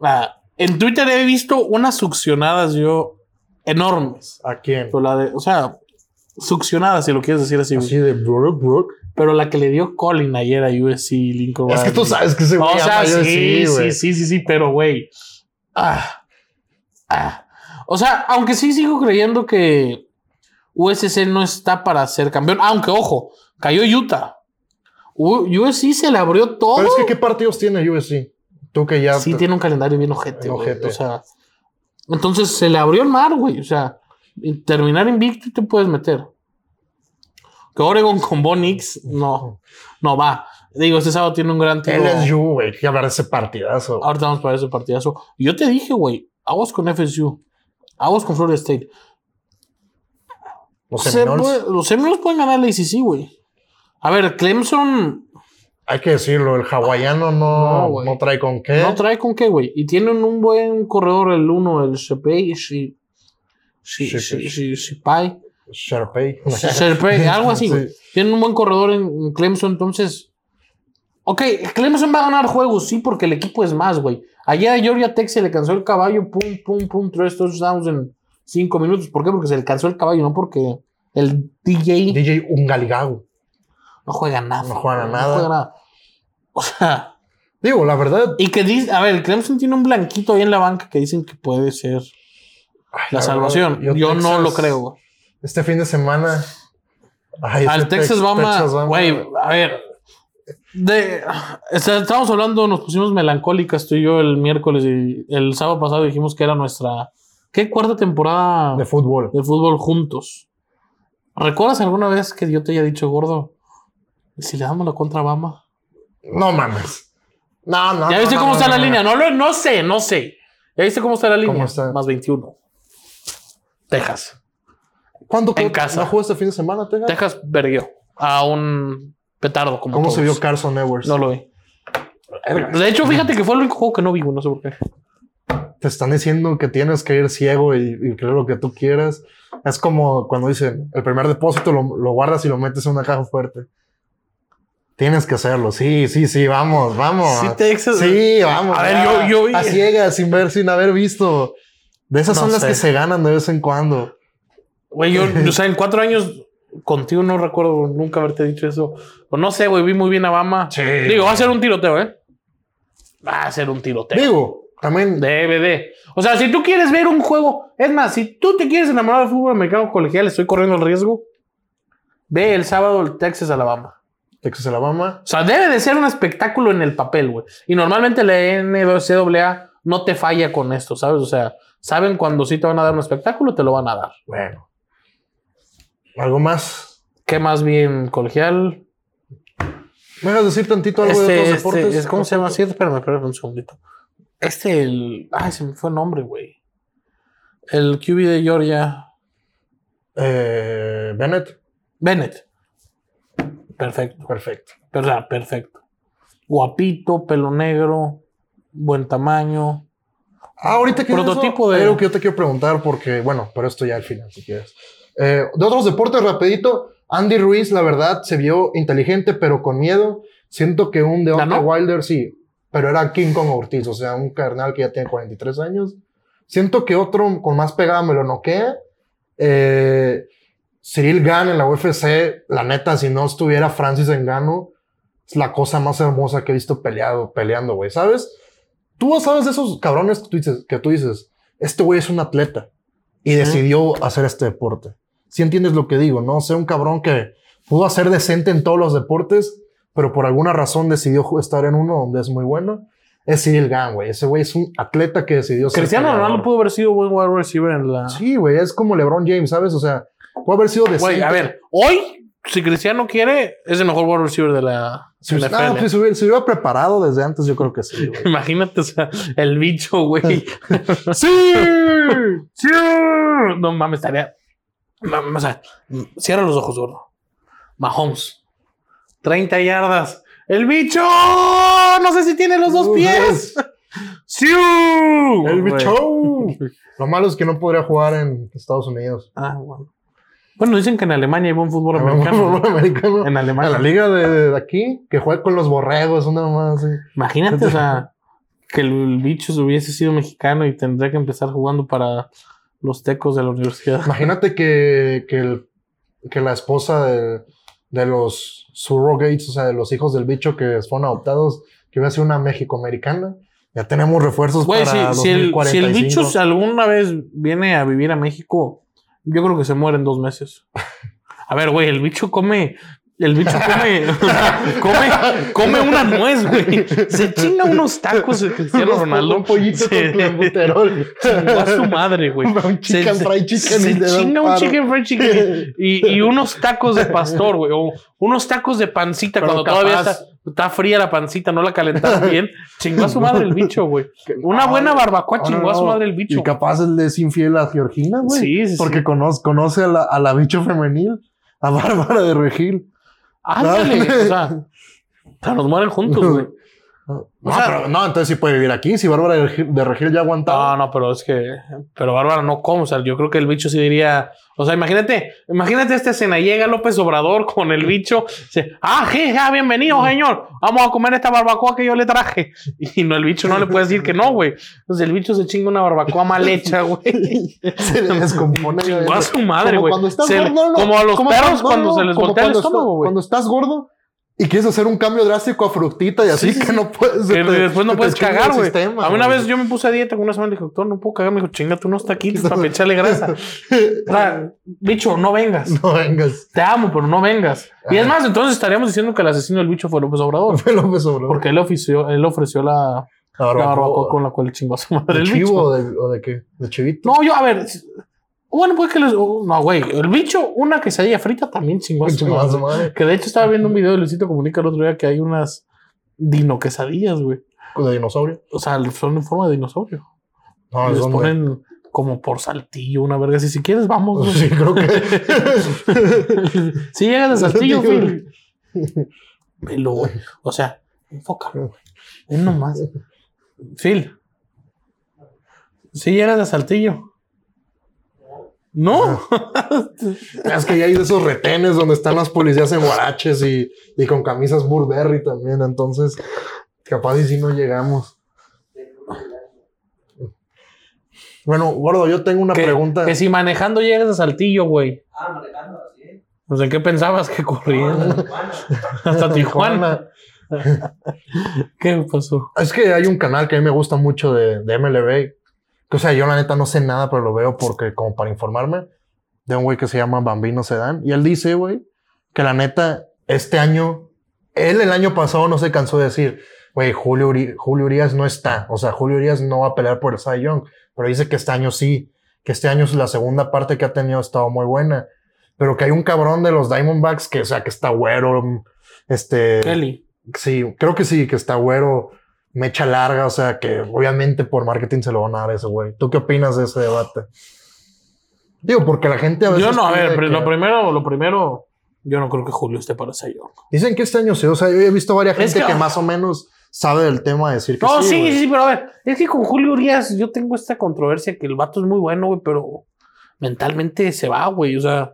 [SPEAKER 1] Ah, en Twitter he visto unas succionadas yo enormes.
[SPEAKER 2] ¿a quién?
[SPEAKER 1] Pero la de- o sea, succionadas, si lo quieres decir así. güey.
[SPEAKER 2] Así de Brook, Brook.
[SPEAKER 1] Pero la que le dio Colin ayer a USC y Lincoln
[SPEAKER 2] Es que
[SPEAKER 1] Riley.
[SPEAKER 2] tú sabes que ese
[SPEAKER 1] No,
[SPEAKER 2] güey
[SPEAKER 1] o sea,
[SPEAKER 2] ama, yo
[SPEAKER 1] sí,
[SPEAKER 2] sí,
[SPEAKER 1] sí,
[SPEAKER 2] güey.
[SPEAKER 1] sí, sí, sí, pero güey. Ah, ah. O sea, aunque sí sigo creyendo que USC no está para ser campeón. Aunque, ojo, cayó Utah. U- USC se le abrió todo.
[SPEAKER 2] Pero es que, ¿qué partidos tiene USC? Tú que ya...
[SPEAKER 1] sí, tiene un calendario bien ojete.
[SPEAKER 2] Bien
[SPEAKER 1] güey.
[SPEAKER 2] ojete.
[SPEAKER 1] O sea, entonces se le abrió el mar, güey. O sea, y terminar invicto y te puedes meter. Que Oregon con Bonix, no, no va. Digo, este sábado tiene un gran tiro.
[SPEAKER 2] LSU, güey, que hablar de ese partidazo.
[SPEAKER 1] Ahorita vamos para ese partidazo. Yo te dije, güey, aguas con FSU, aguas con Florida State.
[SPEAKER 2] Los
[SPEAKER 1] Se
[SPEAKER 2] Seminoles.
[SPEAKER 1] puede- los Seminoles pueden ganar la ACC, güey. A ver, Clemson
[SPEAKER 2] Hay que decirlo, el hawaiano no,
[SPEAKER 1] No,
[SPEAKER 2] no,
[SPEAKER 1] güey.
[SPEAKER 2] trae con qué.
[SPEAKER 1] no trae con qué, güey. Y tienen un buen corredor el uno, el Shepey, Shi- Shi-
[SPEAKER 2] Shepe.
[SPEAKER 1] Shi- Shi- Shipai,
[SPEAKER 2] Sharpay.
[SPEAKER 1] Shepey, algo así, güey.
[SPEAKER 2] Sí.
[SPEAKER 1] Tienen un buen corredor en en Clemson, entonces. Ok, Clemson va a ganar juegos, sí, porque el equipo es más, güey. Ayer a Georgia Tech se le cansó el caballo, pum, pum, pum, tres touchdowns en cinco minutos. ¿Por qué? Porque se le cansó el caballo, no porque el DJ
[SPEAKER 2] DJ Ungaligago.
[SPEAKER 1] no juega nada.
[SPEAKER 2] No juega
[SPEAKER 1] güey,
[SPEAKER 2] nada.
[SPEAKER 1] juega nada. O sea,
[SPEAKER 2] Digo, la verdad.
[SPEAKER 1] y que dice, a ver, Clemson tiene un blanquito ahí en la banca que dicen que puede ser
[SPEAKER 2] ay,
[SPEAKER 1] la
[SPEAKER 2] verdad,
[SPEAKER 1] salvación. yo no
[SPEAKER 2] Texas,
[SPEAKER 1] lo creo, güey.
[SPEAKER 2] Este fin de semana. ay,
[SPEAKER 1] Al
[SPEAKER 2] este
[SPEAKER 1] Texas
[SPEAKER 2] Tex-
[SPEAKER 1] Bama,
[SPEAKER 2] Texas Bama,
[SPEAKER 1] güey, a ver. De, está- estábamos hablando, nos pusimos melancólicas tú y yo el miércoles y el sábado pasado dijimos que era nuestra. ¿Qué cuarta temporada
[SPEAKER 2] De
[SPEAKER 1] de,
[SPEAKER 2] fútbol.
[SPEAKER 1] fútbol juntos? ¿Recuerdas alguna vez que yo te haya dicho, gordo, si le damos la contra a Bama?
[SPEAKER 2] No mames. No, no.
[SPEAKER 1] ¿Ya
[SPEAKER 2] Ah, no,
[SPEAKER 1] viste
[SPEAKER 2] no,
[SPEAKER 1] cómo
[SPEAKER 2] no,
[SPEAKER 1] está
[SPEAKER 2] no,
[SPEAKER 1] la
[SPEAKER 2] no.
[SPEAKER 1] línea? No, lo- no sé, no sé. ¿Ya viste cómo está la línea?
[SPEAKER 2] está?
[SPEAKER 1] Más 21. Texas.
[SPEAKER 2] ¿Cuándo
[SPEAKER 1] En
[SPEAKER 2] quedó-
[SPEAKER 1] casa.
[SPEAKER 2] ¿No jugó este fin de semana, Texas?
[SPEAKER 1] Texas verguió a un petardo. Como
[SPEAKER 2] ¿Cómo se
[SPEAKER 1] todos.
[SPEAKER 2] vio Carson Edwards?
[SPEAKER 1] No lo vi. De hecho, fíjate que fue el único juego que no vi, güey, no sé por qué.
[SPEAKER 2] Te están diciendo que tienes que ir ciego y, y creer lo que tú quieras. Es como cuando dicen, el primer depósito lo, lo guardas y lo metes en una caja fuerte. Tienes que hacerlo. Sí, sí, sí, vamos, vamos.
[SPEAKER 1] Sí, Texas.
[SPEAKER 2] Sí, vamos.
[SPEAKER 1] A ver,
[SPEAKER 2] ya.
[SPEAKER 1] yo- yo-
[SPEAKER 2] A ciegas, sin ver, sin haber visto. De esas
[SPEAKER 1] No
[SPEAKER 2] son las
[SPEAKER 1] sé.
[SPEAKER 2] que se ganan de vez en cuando.
[SPEAKER 1] Güey, yo, o sea, en cuatro años contigo no recuerdo nunca haberte dicho eso. O no sé, güey, vi muy bien a Bama.
[SPEAKER 2] Sí.
[SPEAKER 1] Digo, va a ser un tiroteo, ¿eh? Va a ser un tiroteo.
[SPEAKER 2] Digo, también
[SPEAKER 1] Debe de. O sea, si tú quieres ver un juego, es más, si tú te quieres enamorar del fútbol americano colegial, estoy corriendo el riesgo. Ve el sábado el Texas Alabama.
[SPEAKER 2] Texas Alabama.
[SPEAKER 1] O sea, debe de ser un espectáculo en el papel, güey. Y normalmente la NCAA no te falla con esto, ¿sabes? O sea, saben cuando sí te van a dar un espectáculo, te lo van a dar.
[SPEAKER 2] Bueno. ¿Algo más?
[SPEAKER 1] ¿Qué más bien colegial?
[SPEAKER 2] ¿Me vas a decir tantito algo de
[SPEAKER 1] Este,
[SPEAKER 2] otros
[SPEAKER 1] este,
[SPEAKER 2] deportes?
[SPEAKER 1] es- ¿Cómo se llama? Sí, espérame, espérame un segundito. Este, el. Ay, se me fue el nombre, güey. El QB de Georgia.
[SPEAKER 2] Eh, Bennett.
[SPEAKER 1] Bennett. Perfecto.
[SPEAKER 2] Perfecto.
[SPEAKER 1] O sea, perfecto. Guapito, pelo negro, buen tamaño.
[SPEAKER 2] Ah, ahorita que dices
[SPEAKER 1] Prototipo
[SPEAKER 2] eso,
[SPEAKER 1] de-
[SPEAKER 2] hay algo que yo te quiero preguntar porque, bueno, pero esto ya al final, si quieres. Eh, de otros deportes, rapidito. Andy Ruiz, la verdad, se vio inteligente, pero con miedo. Siento que un Deontay
[SPEAKER 1] ¿Ganó?
[SPEAKER 2] Wilder, sí, pero era King Kong Ortiz, o sea, un carnal que ya tiene 43 años. Siento que otro con más pegada me lo noquea. Eh, Cyril Gann en la UFC, la neta, si no estuviera Francis Engano, es la cosa más hermosa que he visto peleado, peleando, güey, ¿sabes? Tú sabes de esos cabrones que tú dices, que tú dices este güey es un atleta y decidió hacer este deporte. Si entiendes lo que digo, ¿no? Ser un cabrón que pudo hacer decente en todos los deportes, pero por alguna razón decidió ju- estar en uno donde es muy bueno. Es Cyril Gann, güey. Ese güey es un atleta que decidió ser
[SPEAKER 1] Cristiano
[SPEAKER 2] peleador.
[SPEAKER 1] Ronaldo pudo haber sido buen wide receiver en la.
[SPEAKER 2] Pues Sí, güey, es como LeBron James, ¿sabes? O sea, puede haber sido decente.
[SPEAKER 1] Güey, a ver, hoy, si Cristiano quiere, es el mejor wide receiver de la
[SPEAKER 2] Si,
[SPEAKER 1] NFL.
[SPEAKER 2] ah, pues, si hubiera, si hubiera preparado desde antes, yo creo que sí, güey.
[SPEAKER 1] Imagínate, o sea, el bicho, güey.
[SPEAKER 2] ¡Sí!
[SPEAKER 1] ¡Sí! No mames, estaría. no, no, o sea, cierra los ojos, gordo. Mahomes. 30 yardas. ¡El bicho! No sé si tiene los dos pies. ¡Sí!
[SPEAKER 2] ¡El
[SPEAKER 1] Güey.
[SPEAKER 2] bicho! Lo malo es que no podría jugar en Estados Unidos.
[SPEAKER 1] Ah, bueno. Bueno, dicen que en Alemania hay buen fútbol americano.
[SPEAKER 2] Fútbol americano.
[SPEAKER 1] En
[SPEAKER 2] A Ah, la
[SPEAKER 1] Alemania.
[SPEAKER 2] liga de, de aquí, que juega con los borregos, una más así.
[SPEAKER 1] Imagínate, o sea, que el bicho hubiese sido mexicano y tendría que empezar jugando para los tecos de la universidad.
[SPEAKER 2] Imagínate que, que, el- que la esposa de, de los surrogates, o sea, de los hijos del bicho que fueron adoptados, que iba a ser una mexicoamericana. Ya tenemos refuerzos
[SPEAKER 1] Güey, si,
[SPEAKER 2] para
[SPEAKER 1] si el, si el
[SPEAKER 2] 2045.
[SPEAKER 1] bicho alguna vez viene a vivir a México, yo creo que se muere en dos meses. A ver, güey, el bicho come. El bicho come, o sea, come, come una nuez, güey. Se chinga unos tacos de Cristiano
[SPEAKER 2] Un
[SPEAKER 1] Ronaldo.
[SPEAKER 2] pollito
[SPEAKER 1] se,
[SPEAKER 2] con clambuterol.
[SPEAKER 1] chingó a su madre, güey.
[SPEAKER 2] Un chicken fried chicken
[SPEAKER 1] se
[SPEAKER 2] y le da un
[SPEAKER 1] chinga un
[SPEAKER 2] paro.
[SPEAKER 1] chicken fried chicken y, y unos tacos de pastor, güey. O unos tacos de pancita
[SPEAKER 2] Pero
[SPEAKER 1] cuando todavía
[SPEAKER 2] capaz-
[SPEAKER 1] está, está fría la pancita, no la calentaron bien. Chingó a su madre el bicho, güey. Una
[SPEAKER 2] Ah,
[SPEAKER 1] buena barbacoa
[SPEAKER 2] No,
[SPEAKER 1] chingó
[SPEAKER 2] no,
[SPEAKER 1] a su
[SPEAKER 2] no.
[SPEAKER 1] madre el bicho.
[SPEAKER 2] Y capaz él es infiel a Georgina, güey.
[SPEAKER 1] Sí, sí,
[SPEAKER 2] Porque
[SPEAKER 1] sí.
[SPEAKER 2] conoce, conoce a, la, a la bicho femenil, a Bárbara de Regil.
[SPEAKER 1] Ándale,
[SPEAKER 2] No.
[SPEAKER 1] o sea, o sea, nos mueren juntos, güey.
[SPEAKER 2] Ah, No,
[SPEAKER 1] sea-
[SPEAKER 2] pero no, entonces sí puede vivir aquí. Si Bárbara de Regil, de Regil ya aguantaba.
[SPEAKER 1] No, no, pero es que. Pero Bárbara no come. O sea, yo creo que el bicho sí diría. O sea, imagínate, imagínate esta escena. Llega López Obrador con el bicho. dice, ah, je, ja,
[SPEAKER 2] Mm.
[SPEAKER 1] bienvenido, señor. Vamos a comer esta barbacoa que yo le traje. Y no, el bicho no le puede decir que no, güey. Entonces el bicho se chinga una barbacoa mal hecha, güey.
[SPEAKER 2] se le descompone.
[SPEAKER 1] Chingó a su madre,
[SPEAKER 2] Como
[SPEAKER 1] güey.
[SPEAKER 2] cuando estás
[SPEAKER 1] Se le-
[SPEAKER 2] gordo, ¿no?
[SPEAKER 1] como a los perros
[SPEAKER 2] no,
[SPEAKER 1] cuando
[SPEAKER 2] no,
[SPEAKER 1] se les
[SPEAKER 2] como
[SPEAKER 1] voltea el
[SPEAKER 2] cuando estás-
[SPEAKER 1] estómago, güey.
[SPEAKER 2] Cuando estás gordo y quieres hacer un cambio drástico a frutita y así
[SPEAKER 1] Sí, sí,
[SPEAKER 2] que no puedes. se
[SPEAKER 1] Que
[SPEAKER 2] te-
[SPEAKER 1] después
[SPEAKER 2] se
[SPEAKER 1] no
[SPEAKER 2] te
[SPEAKER 1] puedes
[SPEAKER 2] chinga el
[SPEAKER 1] cagar, güey.
[SPEAKER 2] sistema,
[SPEAKER 1] A mí una
[SPEAKER 2] güey.
[SPEAKER 1] vez yo me puse a dieta con una semana y dije, doctor, no puedo cagar. Me dijo, chinga, tú unos taquitos para echarle grasa. O sea, bicho, no vengas.
[SPEAKER 2] No vengas.
[SPEAKER 1] Te amo, pero no vengas. Y es más, entonces estaríamos diciendo que el asesino del bicho fue López Obrador.
[SPEAKER 2] López Obrador.
[SPEAKER 1] Porque él ofreció, él ofreció la, la
[SPEAKER 2] La barbacoa.
[SPEAKER 1] barbacoa con la cual chingó a su madre
[SPEAKER 2] ¿De
[SPEAKER 1] el
[SPEAKER 2] chivo
[SPEAKER 1] bicho.
[SPEAKER 2] o de, o de qué? ¿De chivito?
[SPEAKER 1] No, yo, a ver. s- Bueno, pues que les. oh, No, güey. El bicho, una quesadilla frita también chingó a su
[SPEAKER 2] Chingó a su
[SPEAKER 1] madre.
[SPEAKER 2] madre.
[SPEAKER 1] Que de hecho estaba viendo un video de Luisito Comunica el otro día que hay unas dino quesadillas, güey.
[SPEAKER 2] ¿De dinosaurio?
[SPEAKER 1] O sea, son en forma de dinosaurio.
[SPEAKER 2] No,
[SPEAKER 1] Y les
[SPEAKER 2] Ah, son de-
[SPEAKER 1] ponen como por saltillo, una verga. Si, si quieres, vamos. güey.
[SPEAKER 2] Sí, creo que.
[SPEAKER 1] si llegas de Saltillo,
[SPEAKER 2] Saltillo,
[SPEAKER 1] Phil. Velo, güey. O sea, enfócalo, güey. Ven nomás. Phil. Si llegas de Saltillo. No.
[SPEAKER 2] es que ya hay de esos retenes donde están las policías en guaraches y, y con camisas Burberry también. Entonces, capaz y si no llegamos. Bueno, gordo, yo tengo una
[SPEAKER 1] que,
[SPEAKER 2] pregunta.
[SPEAKER 1] que si manejando llegas a Saltillo, güey. Ah, manejando, así. Ah, O sea, ¿qué pensabas que corría? Hasta Tijuana. ¿Qué pasó?
[SPEAKER 2] Es que hay un canal que a mí me gusta mucho de, de MLB. Que, o sea, yo la neta no sé nada, pero lo veo porque, como para informarme, de un güey que se llama Bambino Sedán. Y él dice, güey, que la neta, este año, él el año pasado no se cansó de decir, güey, Julio, Uri- Julio Urias no está. O sea, Julio Urias no va a pelear por el Cy Young. Pero dice que este año sí, que este año es la segunda parte que ha tenido ha estado muy buena. Pero que hay un cabrón de los Diamondbacks que, o sea, que está güero, este.
[SPEAKER 1] Kelly.
[SPEAKER 2] Sí, creo que sí, que está güero, mecha larga, o sea, que obviamente por marketing se lo van a dar a ese güey. ¿Tú qué opinas de ese debate? Digo, porque la gente a veces...
[SPEAKER 1] Yo no, a
[SPEAKER 2] pide
[SPEAKER 1] ver, pero
[SPEAKER 2] que-
[SPEAKER 1] lo primero, lo primero, yo no creo que Julio esté para Cy Young.
[SPEAKER 2] Dicen que este año sí, o sea, yo he visto varias
[SPEAKER 1] Es
[SPEAKER 2] gente que...
[SPEAKER 1] que- ah.
[SPEAKER 2] más o menos sabe del tema decir que
[SPEAKER 1] No,
[SPEAKER 2] sí,
[SPEAKER 1] sí, sí,
[SPEAKER 2] güey.
[SPEAKER 1] sí, pero a ver, es que con Julio Urias yo tengo esta controversia que el vato es muy bueno, güey, pero mentalmente se va, güey. O sea,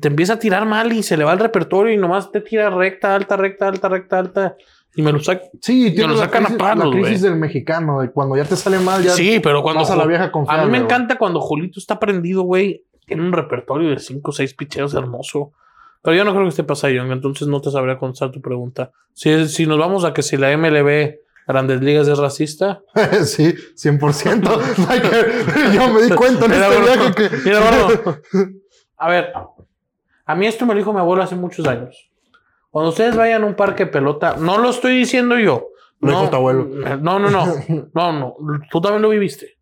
[SPEAKER 1] te empieza a tirar mal y se le va el repertorio y nomás te tira recta, alta, recta, alta, recta, alta. Y me lo saca.
[SPEAKER 2] Sí,
[SPEAKER 1] lo
[SPEAKER 2] tiene la
[SPEAKER 1] sacan a
[SPEAKER 2] crisis,
[SPEAKER 1] palos,
[SPEAKER 2] la crisis del mexicano, de cuando ya te sale mal, ya
[SPEAKER 1] Sí, pero cuando.
[SPEAKER 2] vas a la
[SPEAKER 1] Ju-
[SPEAKER 2] vieja
[SPEAKER 1] a
[SPEAKER 2] confiable.
[SPEAKER 1] mí me
[SPEAKER 2] güey.
[SPEAKER 1] encanta cuando Julito está prendido, güey. Tiene un repertorio de cinco o seis picheos hermoso. Pero yo no creo que esté pasa Young, entonces no te sabría contestar tu pregunta. Si, si nos vamos a que si la MLB Grandes Ligas es racista,
[SPEAKER 2] sí, 100%. Hay que- yo me di cuenta en
[SPEAKER 1] Mira,
[SPEAKER 2] este
[SPEAKER 1] gordo.
[SPEAKER 2] viaje que...
[SPEAKER 1] Mira, gordo. A ver, a mí esto me lo dijo mi abuelo hace muchos años. Cuando ustedes vayan a un parque de pelota, no lo estoy diciendo yo.
[SPEAKER 2] Lo
[SPEAKER 1] no,
[SPEAKER 2] dijo tu abuelo.
[SPEAKER 1] No, no, no. No, no. Tú también lo viviste.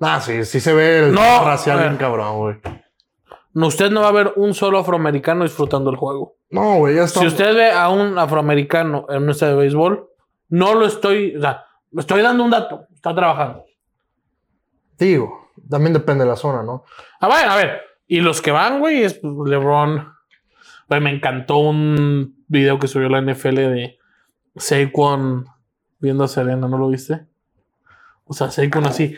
[SPEAKER 2] Ah, sí, sí se ve el
[SPEAKER 1] No,
[SPEAKER 2] tema
[SPEAKER 1] a
[SPEAKER 2] racial
[SPEAKER 1] ver.
[SPEAKER 2] bien cabrón, güey.
[SPEAKER 1] No, usted no va a ver un solo afroamericano disfrutando el juego.
[SPEAKER 2] No, güey, ya está.
[SPEAKER 1] Si usted ve a un afroamericano en un estadio de béisbol, no lo estoy. O sea, estoy dando un dato. Está trabajando.
[SPEAKER 2] Digo, también depende de la zona, ¿no?
[SPEAKER 1] Ah, bueno, a ver. Y los que van, güey, es pues, LeBron. Güey, me encantó un video que subió la NFL de Saquon viendo a Serena, ¿no lo viste? O sea, Saquon así.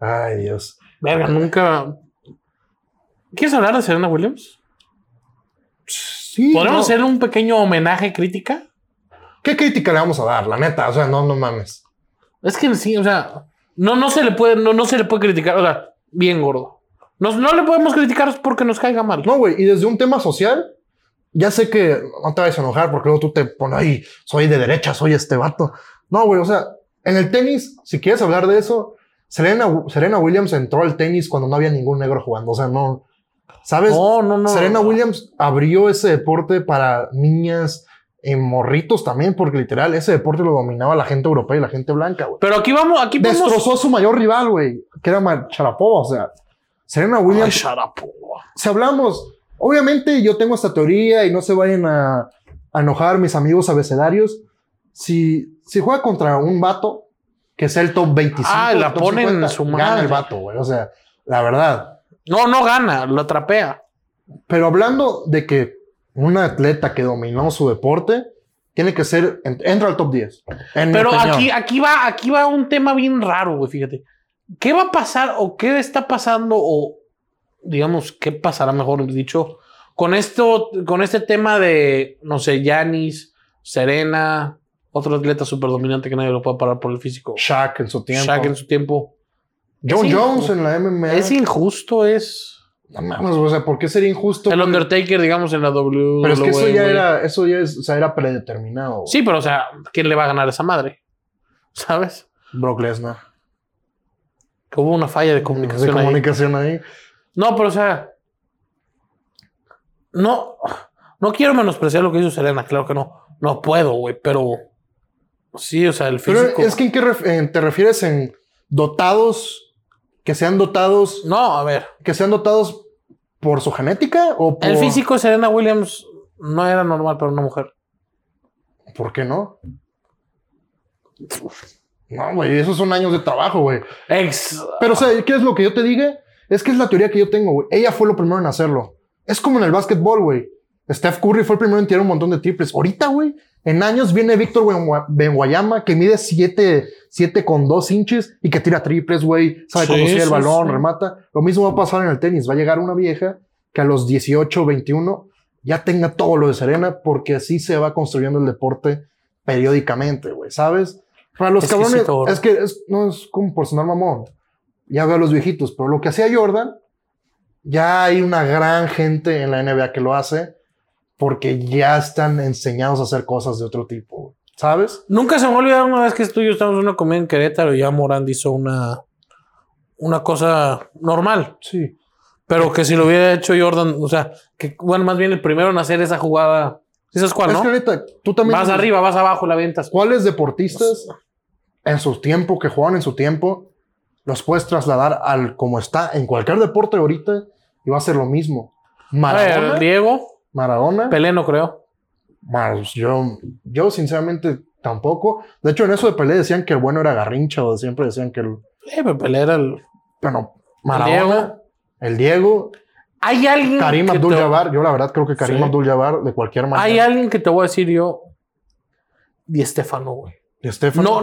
[SPEAKER 2] Ay, Dios.
[SPEAKER 1] Verga, nunca. ¿Quieres hablar de Serena Williams?
[SPEAKER 2] Sí,
[SPEAKER 1] ¿Podríamos
[SPEAKER 2] no.
[SPEAKER 1] hacerle un pequeño homenaje crítica?
[SPEAKER 2] ¿Qué crítica le vamos a dar, la neta? O sea, no, no mames.
[SPEAKER 1] Es que sí, o sea, no, no se le puede, no, no se le puede criticar. O sea, bien gordo. Nos- no le podemos criticar porque nos caiga mal.
[SPEAKER 2] No, güey, y desde un tema social, ya sé que no te vayas a enojar porque luego tú te pones, ay, soy de derecha, soy este vato. No, güey, o sea, en el tenis, si quieres hablar de eso, Serena, Serena Williams entró al tenis cuando no había ningún negro jugando, o sea, no. ¿Sabes?
[SPEAKER 1] No, no, no.
[SPEAKER 2] pues, Serena
[SPEAKER 1] no.
[SPEAKER 2] Williams abrió ese deporte para niñas en morritos también, porque literal, ese deporte lo dominaba la gente europea y la gente blanca, güey.
[SPEAKER 1] Pero aquí vamos, aquí vamos.
[SPEAKER 2] Destrozó a su mayor rival, güey, que era Mar- Sharapova, o sea. Serena
[SPEAKER 1] Ay,
[SPEAKER 2] Williams
[SPEAKER 1] Sharapova.
[SPEAKER 2] si hablamos, obviamente yo tengo esta teoría y no se vayan a, a enojar mis amigos abecedarios. Si, si juega contra un vato que sea el top 25,
[SPEAKER 1] Ah, la
[SPEAKER 2] top
[SPEAKER 1] ponen en su
[SPEAKER 2] gana
[SPEAKER 1] madre.
[SPEAKER 2] el vato, güey. O sea, la verdad.
[SPEAKER 1] No, no gana, lo atrapea.
[SPEAKER 2] Pero hablando de que un atleta que dominó su deporte tiene que ser, en- entra al top 10. en mi
[SPEAKER 1] Pero
[SPEAKER 2] opinión.
[SPEAKER 1] aquí, aquí, va, aquí va un tema bien raro, güey, fíjate. ¿Qué va a pasar o qué está pasando o, digamos, qué pasará, mejor dicho, con esto, con este tema de, no sé, Yanis, Serena, otro atleta súper dominante que nadie lo puede parar por el físico,
[SPEAKER 2] Shaq en su tiempo.
[SPEAKER 1] Shaq en su tiempo?
[SPEAKER 2] John
[SPEAKER 1] Sí.
[SPEAKER 2] Jones en la MMA.
[SPEAKER 1] Es injusto, es...
[SPEAKER 2] No mames, o sea, ¿por qué sería injusto?
[SPEAKER 1] El Undertaker, digamos, en la W. E,
[SPEAKER 2] Pero es que eso ya era, eso ya es, o sea, era predeterminado. güey.
[SPEAKER 1] Sí, pero, o sea, ¿quién le va a ganar a esa madre? ¿Sabes?
[SPEAKER 2] Brock Lesnar.
[SPEAKER 1] Que hubo una falla de
[SPEAKER 2] De
[SPEAKER 1] comunicación. ahí.
[SPEAKER 2] comunicación ahí.
[SPEAKER 1] No, pero o sea. No. No quiero menospreciar lo que hizo Serena, claro que no. No puedo, güey, pero. Sí, o sea, el
[SPEAKER 2] Pero
[SPEAKER 1] físico.
[SPEAKER 2] es que en qué ref- en- te refieres en dotados, que sean dotados,
[SPEAKER 1] No, a ver.
[SPEAKER 2] que sean dotados por su genética o por...
[SPEAKER 1] El físico de Serena Williams no era normal para una mujer.
[SPEAKER 2] ¿Por qué no? No, güey, esos son años de trabajo, güey.
[SPEAKER 1] Ex.
[SPEAKER 2] Pero, o sea, ¿qué es lo que yo te diga? Es que es la teoría que yo tengo, güey. Ella fue lo primero en hacerlo. Es como en el básquetbol, güey. Steph Curry fue el primero en tirar un montón de triples. Ahorita, güey, en años viene Víctor Wenwa- Benguayama, que mide 7 siete con 2 inches y que tira triples, güey. Sabe
[SPEAKER 1] Sí,
[SPEAKER 2] conducir el
[SPEAKER 1] sí,
[SPEAKER 2] balón,
[SPEAKER 1] sí.
[SPEAKER 2] remata. Lo mismo va a pasar en el tenis. Va a llegar una vieja que a los 18, 21 ya tenga todo lo de Serena, porque así se va construyendo el deporte periódicamente, güey, ¿sabes? Para los
[SPEAKER 1] Es que sí,
[SPEAKER 2] cabrones,
[SPEAKER 1] cabrón.
[SPEAKER 2] es que es- no es como por sonar mamón. Ya veo a los viejitos, pero lo que hacía Jordan, ya hay una gran gente en la NBA que lo hace, porque ya están enseñados a hacer cosas de otro tipo, güey, ¿sabes?
[SPEAKER 1] Nunca se me va a olvidar una vez que tú y yo estábamos en una comida en Querétaro y ya Morandi hizo una. Una cosa normal.
[SPEAKER 2] Sí.
[SPEAKER 1] Pero que si lo hubiera hecho Jordan, o sea, que bueno, más bien el primero en hacer esa jugada. ¿Sí ¿Sabes cuál,
[SPEAKER 2] es
[SPEAKER 1] no?
[SPEAKER 2] que ahorita tú también.
[SPEAKER 1] Vas arriba, vas abajo, la avientas.
[SPEAKER 2] ¿Cuáles deportistas en su tiempo, que jugaban en su tiempo, los puedes trasladar al como está en cualquier deporte ahorita y va a ser lo mismo?
[SPEAKER 1] A ver,
[SPEAKER 2] Maradona,
[SPEAKER 1] Diego.
[SPEAKER 2] Maradona.
[SPEAKER 1] Pelé no creo.
[SPEAKER 2] Más, yo, yo sinceramente tampoco. De hecho, en eso de Pelé decían que el bueno era Garrincha o siempre decían que el.
[SPEAKER 1] Eh, pero Pelé era el...
[SPEAKER 2] Bueno, Maradona, el Diego,
[SPEAKER 1] Hay alguien...
[SPEAKER 2] Karim
[SPEAKER 1] Mm, que te-
[SPEAKER 2] Abdul-Jabbar. Yo la verdad creo que Karim
[SPEAKER 1] Sí.
[SPEAKER 2] Abdul-Jabbar de cualquier
[SPEAKER 1] Hay
[SPEAKER 2] manera.
[SPEAKER 1] alguien que te voy a decir yo... Di Estefano, güey.
[SPEAKER 2] Y Estefano.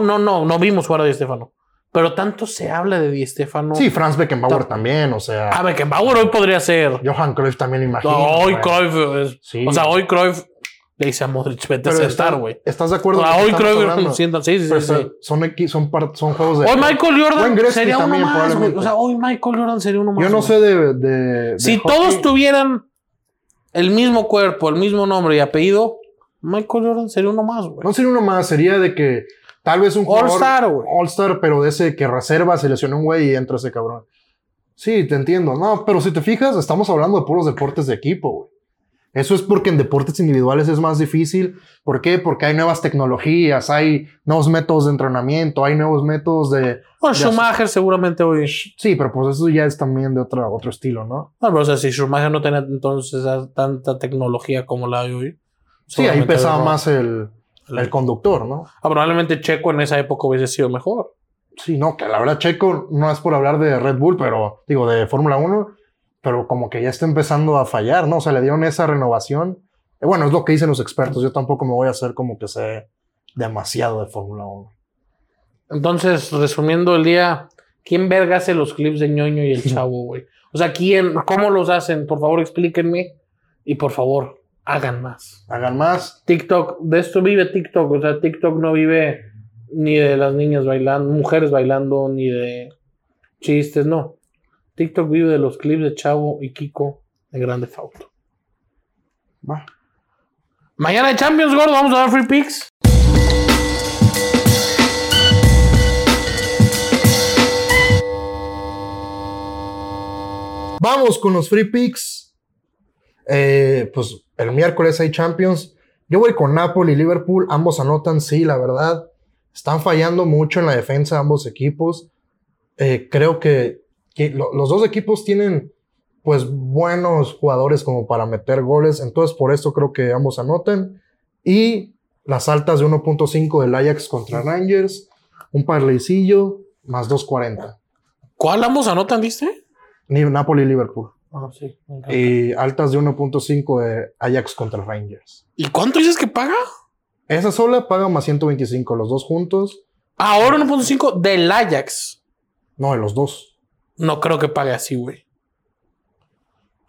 [SPEAKER 1] No, no, no. No vimos jugar a Di Stefano. Pero tanto se habla de Di Stefano.
[SPEAKER 2] Sí, Franz Beckenbauer
[SPEAKER 1] Ta-
[SPEAKER 2] también, o sea.
[SPEAKER 1] A ver, que Bauer hoy podría ser...
[SPEAKER 2] Johan Cruyff también, imagino.
[SPEAKER 1] No, hoy
[SPEAKER 2] güey.
[SPEAKER 1] Cruyff. es-
[SPEAKER 2] Sí.
[SPEAKER 1] O sea, hoy Cruyff le dice a Modric, vete
[SPEAKER 2] Pero
[SPEAKER 1] a
[SPEAKER 2] está-
[SPEAKER 1] sentar, güey.
[SPEAKER 2] ¿Estás de acuerdo?
[SPEAKER 1] O
[SPEAKER 2] con
[SPEAKER 1] sea,
[SPEAKER 2] lo que
[SPEAKER 1] hoy
[SPEAKER 2] estamos
[SPEAKER 1] Cruyff
[SPEAKER 2] hablando?
[SPEAKER 1] lo sientan. Sí, sí,
[SPEAKER 2] Pero
[SPEAKER 1] sí.
[SPEAKER 2] está-
[SPEAKER 1] sí.
[SPEAKER 2] Son, equi- son, par- son juegos de.
[SPEAKER 1] Hoy Michael
[SPEAKER 2] Wayne
[SPEAKER 1] Jordan
[SPEAKER 2] Gretzky
[SPEAKER 1] sería uno
[SPEAKER 2] también,
[SPEAKER 1] más, güey.
[SPEAKER 2] probablemente.
[SPEAKER 1] O sea, hoy Michael Jordan sería uno más.
[SPEAKER 2] Yo no
[SPEAKER 1] güey.
[SPEAKER 2] sé de. de- de
[SPEAKER 1] Si
[SPEAKER 2] hockey.
[SPEAKER 1] todos tuvieran el mismo cuerpo, el mismo nombre y apellido, Michael Jordan sería uno más, güey.
[SPEAKER 2] No sería uno más, sería de que tal vez un jugador.
[SPEAKER 1] All-Star, güey.
[SPEAKER 2] All-Star, pero de ese que reserva, se lesionó un güey y entra ese cabrón. Sí, te entiendo. No, pero si te fijas, estamos hablando de puros deportes de equipo, güey. Eso es porque en deportes individuales es más difícil. ¿Por qué? Porque hay nuevas tecnologías, hay nuevos métodos de entrenamiento, hay nuevos métodos de...
[SPEAKER 1] Bueno,
[SPEAKER 2] Ya
[SPEAKER 1] Schumacher seguramente hoy.
[SPEAKER 2] Sí, pero pues eso ya es también de otra, otro estilo, ¿no?
[SPEAKER 1] No, pero, o sea, si Schumacher no tenía entonces esa- tanta tecnología como la hay hoy.
[SPEAKER 2] Sí, ahí
[SPEAKER 1] seguramente
[SPEAKER 2] pesaba
[SPEAKER 1] no.
[SPEAKER 2] más el, el conductor, ¿no?
[SPEAKER 1] Ah, probablemente Checo en esa época hubiese sido mejor.
[SPEAKER 2] Sí, no, que la verdad Checo no es por hablar de Red Bull, pero digo, de Fórmula 1, pero como que ya está empezando a fallar, ¿no? O sea, le dieron esa renovación. Eh, bueno, es lo que dicen los expertos, yo tampoco me voy a hacer como que sé demasiado de Fórmula 1.
[SPEAKER 1] Entonces, resumiendo el día, ¿quién verga hace los clips de ñoño y el chavo, güey? O sea, ¿quién, cómo los hacen? Por favor, explíquenme. Y por favor, hagan más.
[SPEAKER 2] Hagan más.
[SPEAKER 1] TikTok, de esto vive TikTok. O sea, TikTok no vive ni de las niñas bailando, mujeres bailando, ni de chistes, no. TikTok vive de los clips de Chavo y Kiko de Grande Fauto.
[SPEAKER 2] Va.
[SPEAKER 1] Mañana de Champions, gordo, vamos a dar free picks.
[SPEAKER 2] Vamos con los free picks. Eh, pues el miércoles hay Champions. Yo voy con Napoli y Liverpool. Ambos anotan, sí, la verdad. Están fallando mucho en la defensa ambos equipos. Eh, creo que, que lo- los dos equipos tienen pues buenos jugadores como para meter goles. Entonces por esto creo que ambos anotan. Y las altas de 1.5 del Ajax contra Rangers. Un parlecillo más 2.40.
[SPEAKER 1] ¿Cuál ambos anotan, viste?
[SPEAKER 2] Ni- Napoli y Liverpool.
[SPEAKER 1] Ah, sí. me encanta.
[SPEAKER 2] Y altas de 1.5 de Ajax contra Rangers.
[SPEAKER 1] ¿Y cuánto dices que paga?
[SPEAKER 2] Esa sola paga más 125. Los dos juntos.
[SPEAKER 1] Ah, Ahora 1.5 del Ajax.
[SPEAKER 2] No, de los dos.
[SPEAKER 1] No creo que pague así, güey.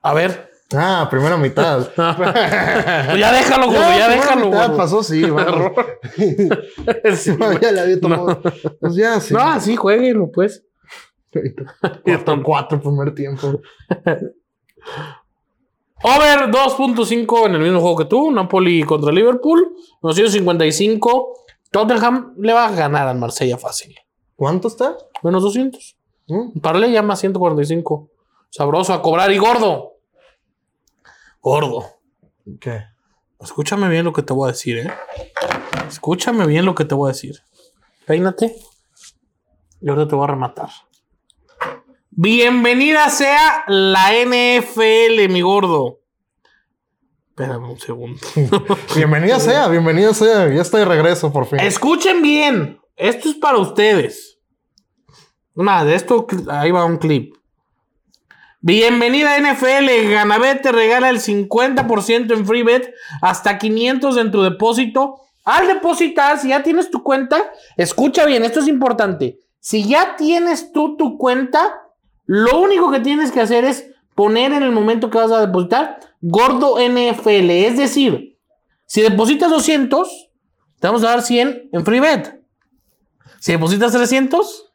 [SPEAKER 1] A ver.
[SPEAKER 2] Ah, primera mitad.
[SPEAKER 1] Pues ya déjalo, gordo, ya,
[SPEAKER 2] primera
[SPEAKER 1] déjalo,
[SPEAKER 2] mitad
[SPEAKER 1] gordo.
[SPEAKER 2] pasó, sí. vamos.
[SPEAKER 1] Sí, güey.
[SPEAKER 2] ya la había tomado. Pues ya, sí.
[SPEAKER 1] No, sí, jueguenlo, pues.
[SPEAKER 2] Cuatro, cuatro primer tiempo.
[SPEAKER 1] Over 2.5 en el mismo juego que tú. Napoli contra Liverpool. 255. Tottenham le va a ganar al Marsella fácil.
[SPEAKER 2] ¿Cuánto está?
[SPEAKER 1] Menos 200.
[SPEAKER 2] ¿Mm?
[SPEAKER 1] Parle ya más 145. Sabroso a cobrar y gordo. Gordo.
[SPEAKER 2] ¿Qué?
[SPEAKER 1] Escúchame bien lo que te voy a decir, ¿eh? Escúchame bien lo que te voy a decir. Peínate. Y ahora te voy a rematar. Bienvenida sea la NFL, mi gordo. Espérame un segundo.
[SPEAKER 2] Bienvenida sea, bienvenida sea. Ya estoy de regreso por fin.
[SPEAKER 1] Escuchen bien. Esto es para ustedes. Nada, de esto ahí va un clip. Bienvenida NFL, Ganabet te regala el 50% en free bet hasta 500 en tu depósito. Al depositar, si ya tienes tu cuenta, escucha bien, esto es importante. Si ya tienes tú tu cuenta, lo único que tienes que hacer es poner en el momento que vas a depositar gordo NFL, es decir, si depositas 200, te vamos a dar 100 en free bet. Si depositas 300,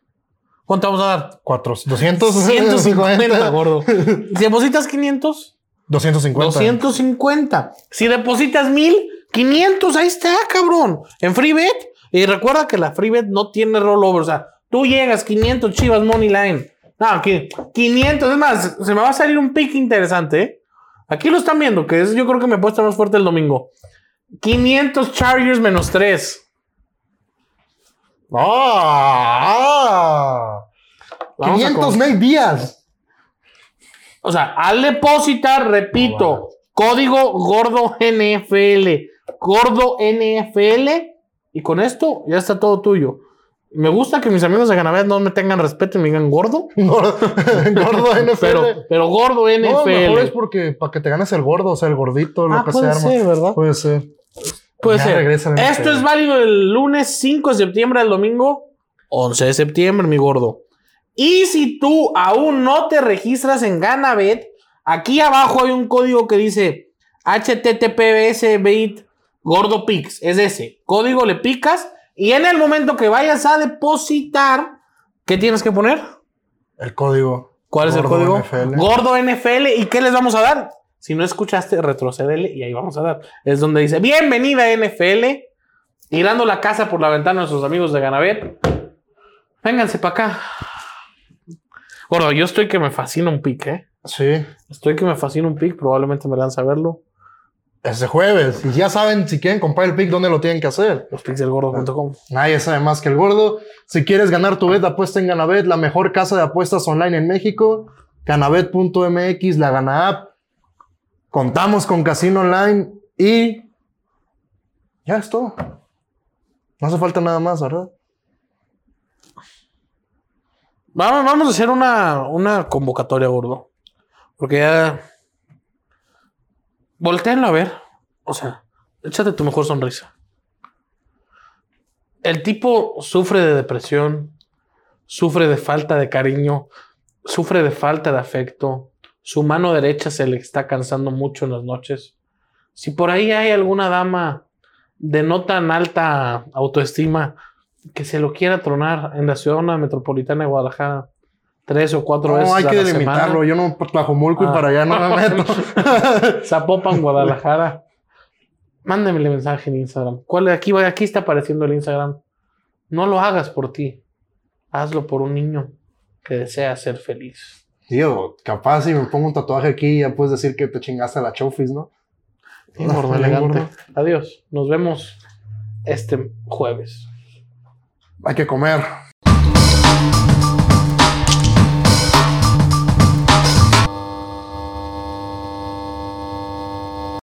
[SPEAKER 1] ¿cuánto te vamos a dar?
[SPEAKER 2] Cuatro, 200,
[SPEAKER 1] 150, gordo. Si depositas 500,
[SPEAKER 2] 250.
[SPEAKER 1] 250. Si depositas 1000, 500. Ahí está, cabrón. En free bet. Y recuerda que la free bet no tiene rollover. O sea, tú llegas 500 chivas money line. No, aquí 500. Es más, se me va a salir un pick interesante. ¿eh? Aquí lo están viendo, que es yo creo que me puesto más fuerte el domingo. 500 Chargers menos 3.
[SPEAKER 2] ¡Ah!
[SPEAKER 1] Vamos a
[SPEAKER 2] 500
[SPEAKER 1] con-
[SPEAKER 2] Nate Díaz.
[SPEAKER 1] O sea, al depositar, repito, Código gordo NFL. Gordo NFL. Y con esto ya está todo tuyo. Me gusta que mis amigos de Ganavés no me tengan respeto y me digan gordo.
[SPEAKER 2] Gordo, gordo NFL.
[SPEAKER 1] Pero, pero gordo NFL.
[SPEAKER 2] no, mejor es porque para que te ganes el gordo, o sea, el gordito, lo
[SPEAKER 1] Ah,
[SPEAKER 2] que se
[SPEAKER 1] puede
[SPEAKER 2] arma.
[SPEAKER 1] ser, ¿verdad?
[SPEAKER 2] Puede ser.
[SPEAKER 1] Puede
[SPEAKER 2] Ya
[SPEAKER 1] ser.
[SPEAKER 2] regresa la
[SPEAKER 1] Esto
[SPEAKER 2] NFL.
[SPEAKER 1] es válido el lunes 5 de septiembre al domingo 11 de septiembre, mi gordo. Y si tú aún no te registras en Ganabet, aquí abajo hay un código que dice HTTPS bit gordo pix, es ese. Código le picas y en el momento que vayas a depositar, ¿qué tienes que poner?
[SPEAKER 2] El código.
[SPEAKER 1] ¿Cuál es el
[SPEAKER 2] Gordo
[SPEAKER 1] código?
[SPEAKER 2] NFL.
[SPEAKER 1] Gordo NFL. ¿Y qué les vamos a dar? Si no escuchaste, retrocedele y ahí vamos a dar. Es donde dice, bienvenida NFL. Tirando la casa por la ventana a nuestros amigos de Ganabet. Vénganse para acá. Gordo, yo estoy que me fascina un pick, ¿eh?
[SPEAKER 2] Sí.
[SPEAKER 1] Estoy que me fascina un pick. Probablemente me dan saberlo.
[SPEAKER 2] Ese jueves. Y ya saben, si quieren comprar el pick, ¿dónde lo tienen que hacer?
[SPEAKER 1] Los pixelgordo.com.
[SPEAKER 2] Nadie sabe más que el gordo. Si quieres ganar tu bet, apuesta en Ganabet, la mejor casa de apuestas online en México. Ganabet.mx, la Gana App. Contamos con Casino Online y. Ya es todo. No hace falta nada más, ¿verdad?
[SPEAKER 1] Vamos, vamos a hacer una, una convocatoria, gordo. Porque ya. Volteenlo a ver. O sea, échate tu mejor sonrisa. El tipo sufre de depresión, sufre de falta de cariño, sufre de falta de afecto. Su mano derecha se le está cansando mucho en las noches. Si por ahí hay alguna dama de no tan alta autoestima, que se lo quiera tronar en la ciudad metropolitana de Guadalajara tres o cuatro veces.
[SPEAKER 2] No, hay
[SPEAKER 1] a
[SPEAKER 2] que
[SPEAKER 1] la
[SPEAKER 2] delimitarlo.
[SPEAKER 1] semana.
[SPEAKER 2] Yo no por Tlajomulco
[SPEAKER 1] Ah.
[SPEAKER 2] y pues, para allá no me meto.
[SPEAKER 1] Zapopan, Guadalajara. Mándamele mensaje en Instagram. ¿Cuál aquí, va- aquí está apareciendo el Instagram. No lo hagas por ti. Hazlo por un niño que desea ser feliz.
[SPEAKER 2] Tío, capaz si me pongo un tatuaje aquí, ya puedes decir que te chingaste a la Chofis, ¿no?
[SPEAKER 1] Sí, gordo,
[SPEAKER 2] Ay,
[SPEAKER 1] elegante.
[SPEAKER 2] gordo.
[SPEAKER 1] Adiós. Nos vemos este jueves.
[SPEAKER 2] Hay que comer.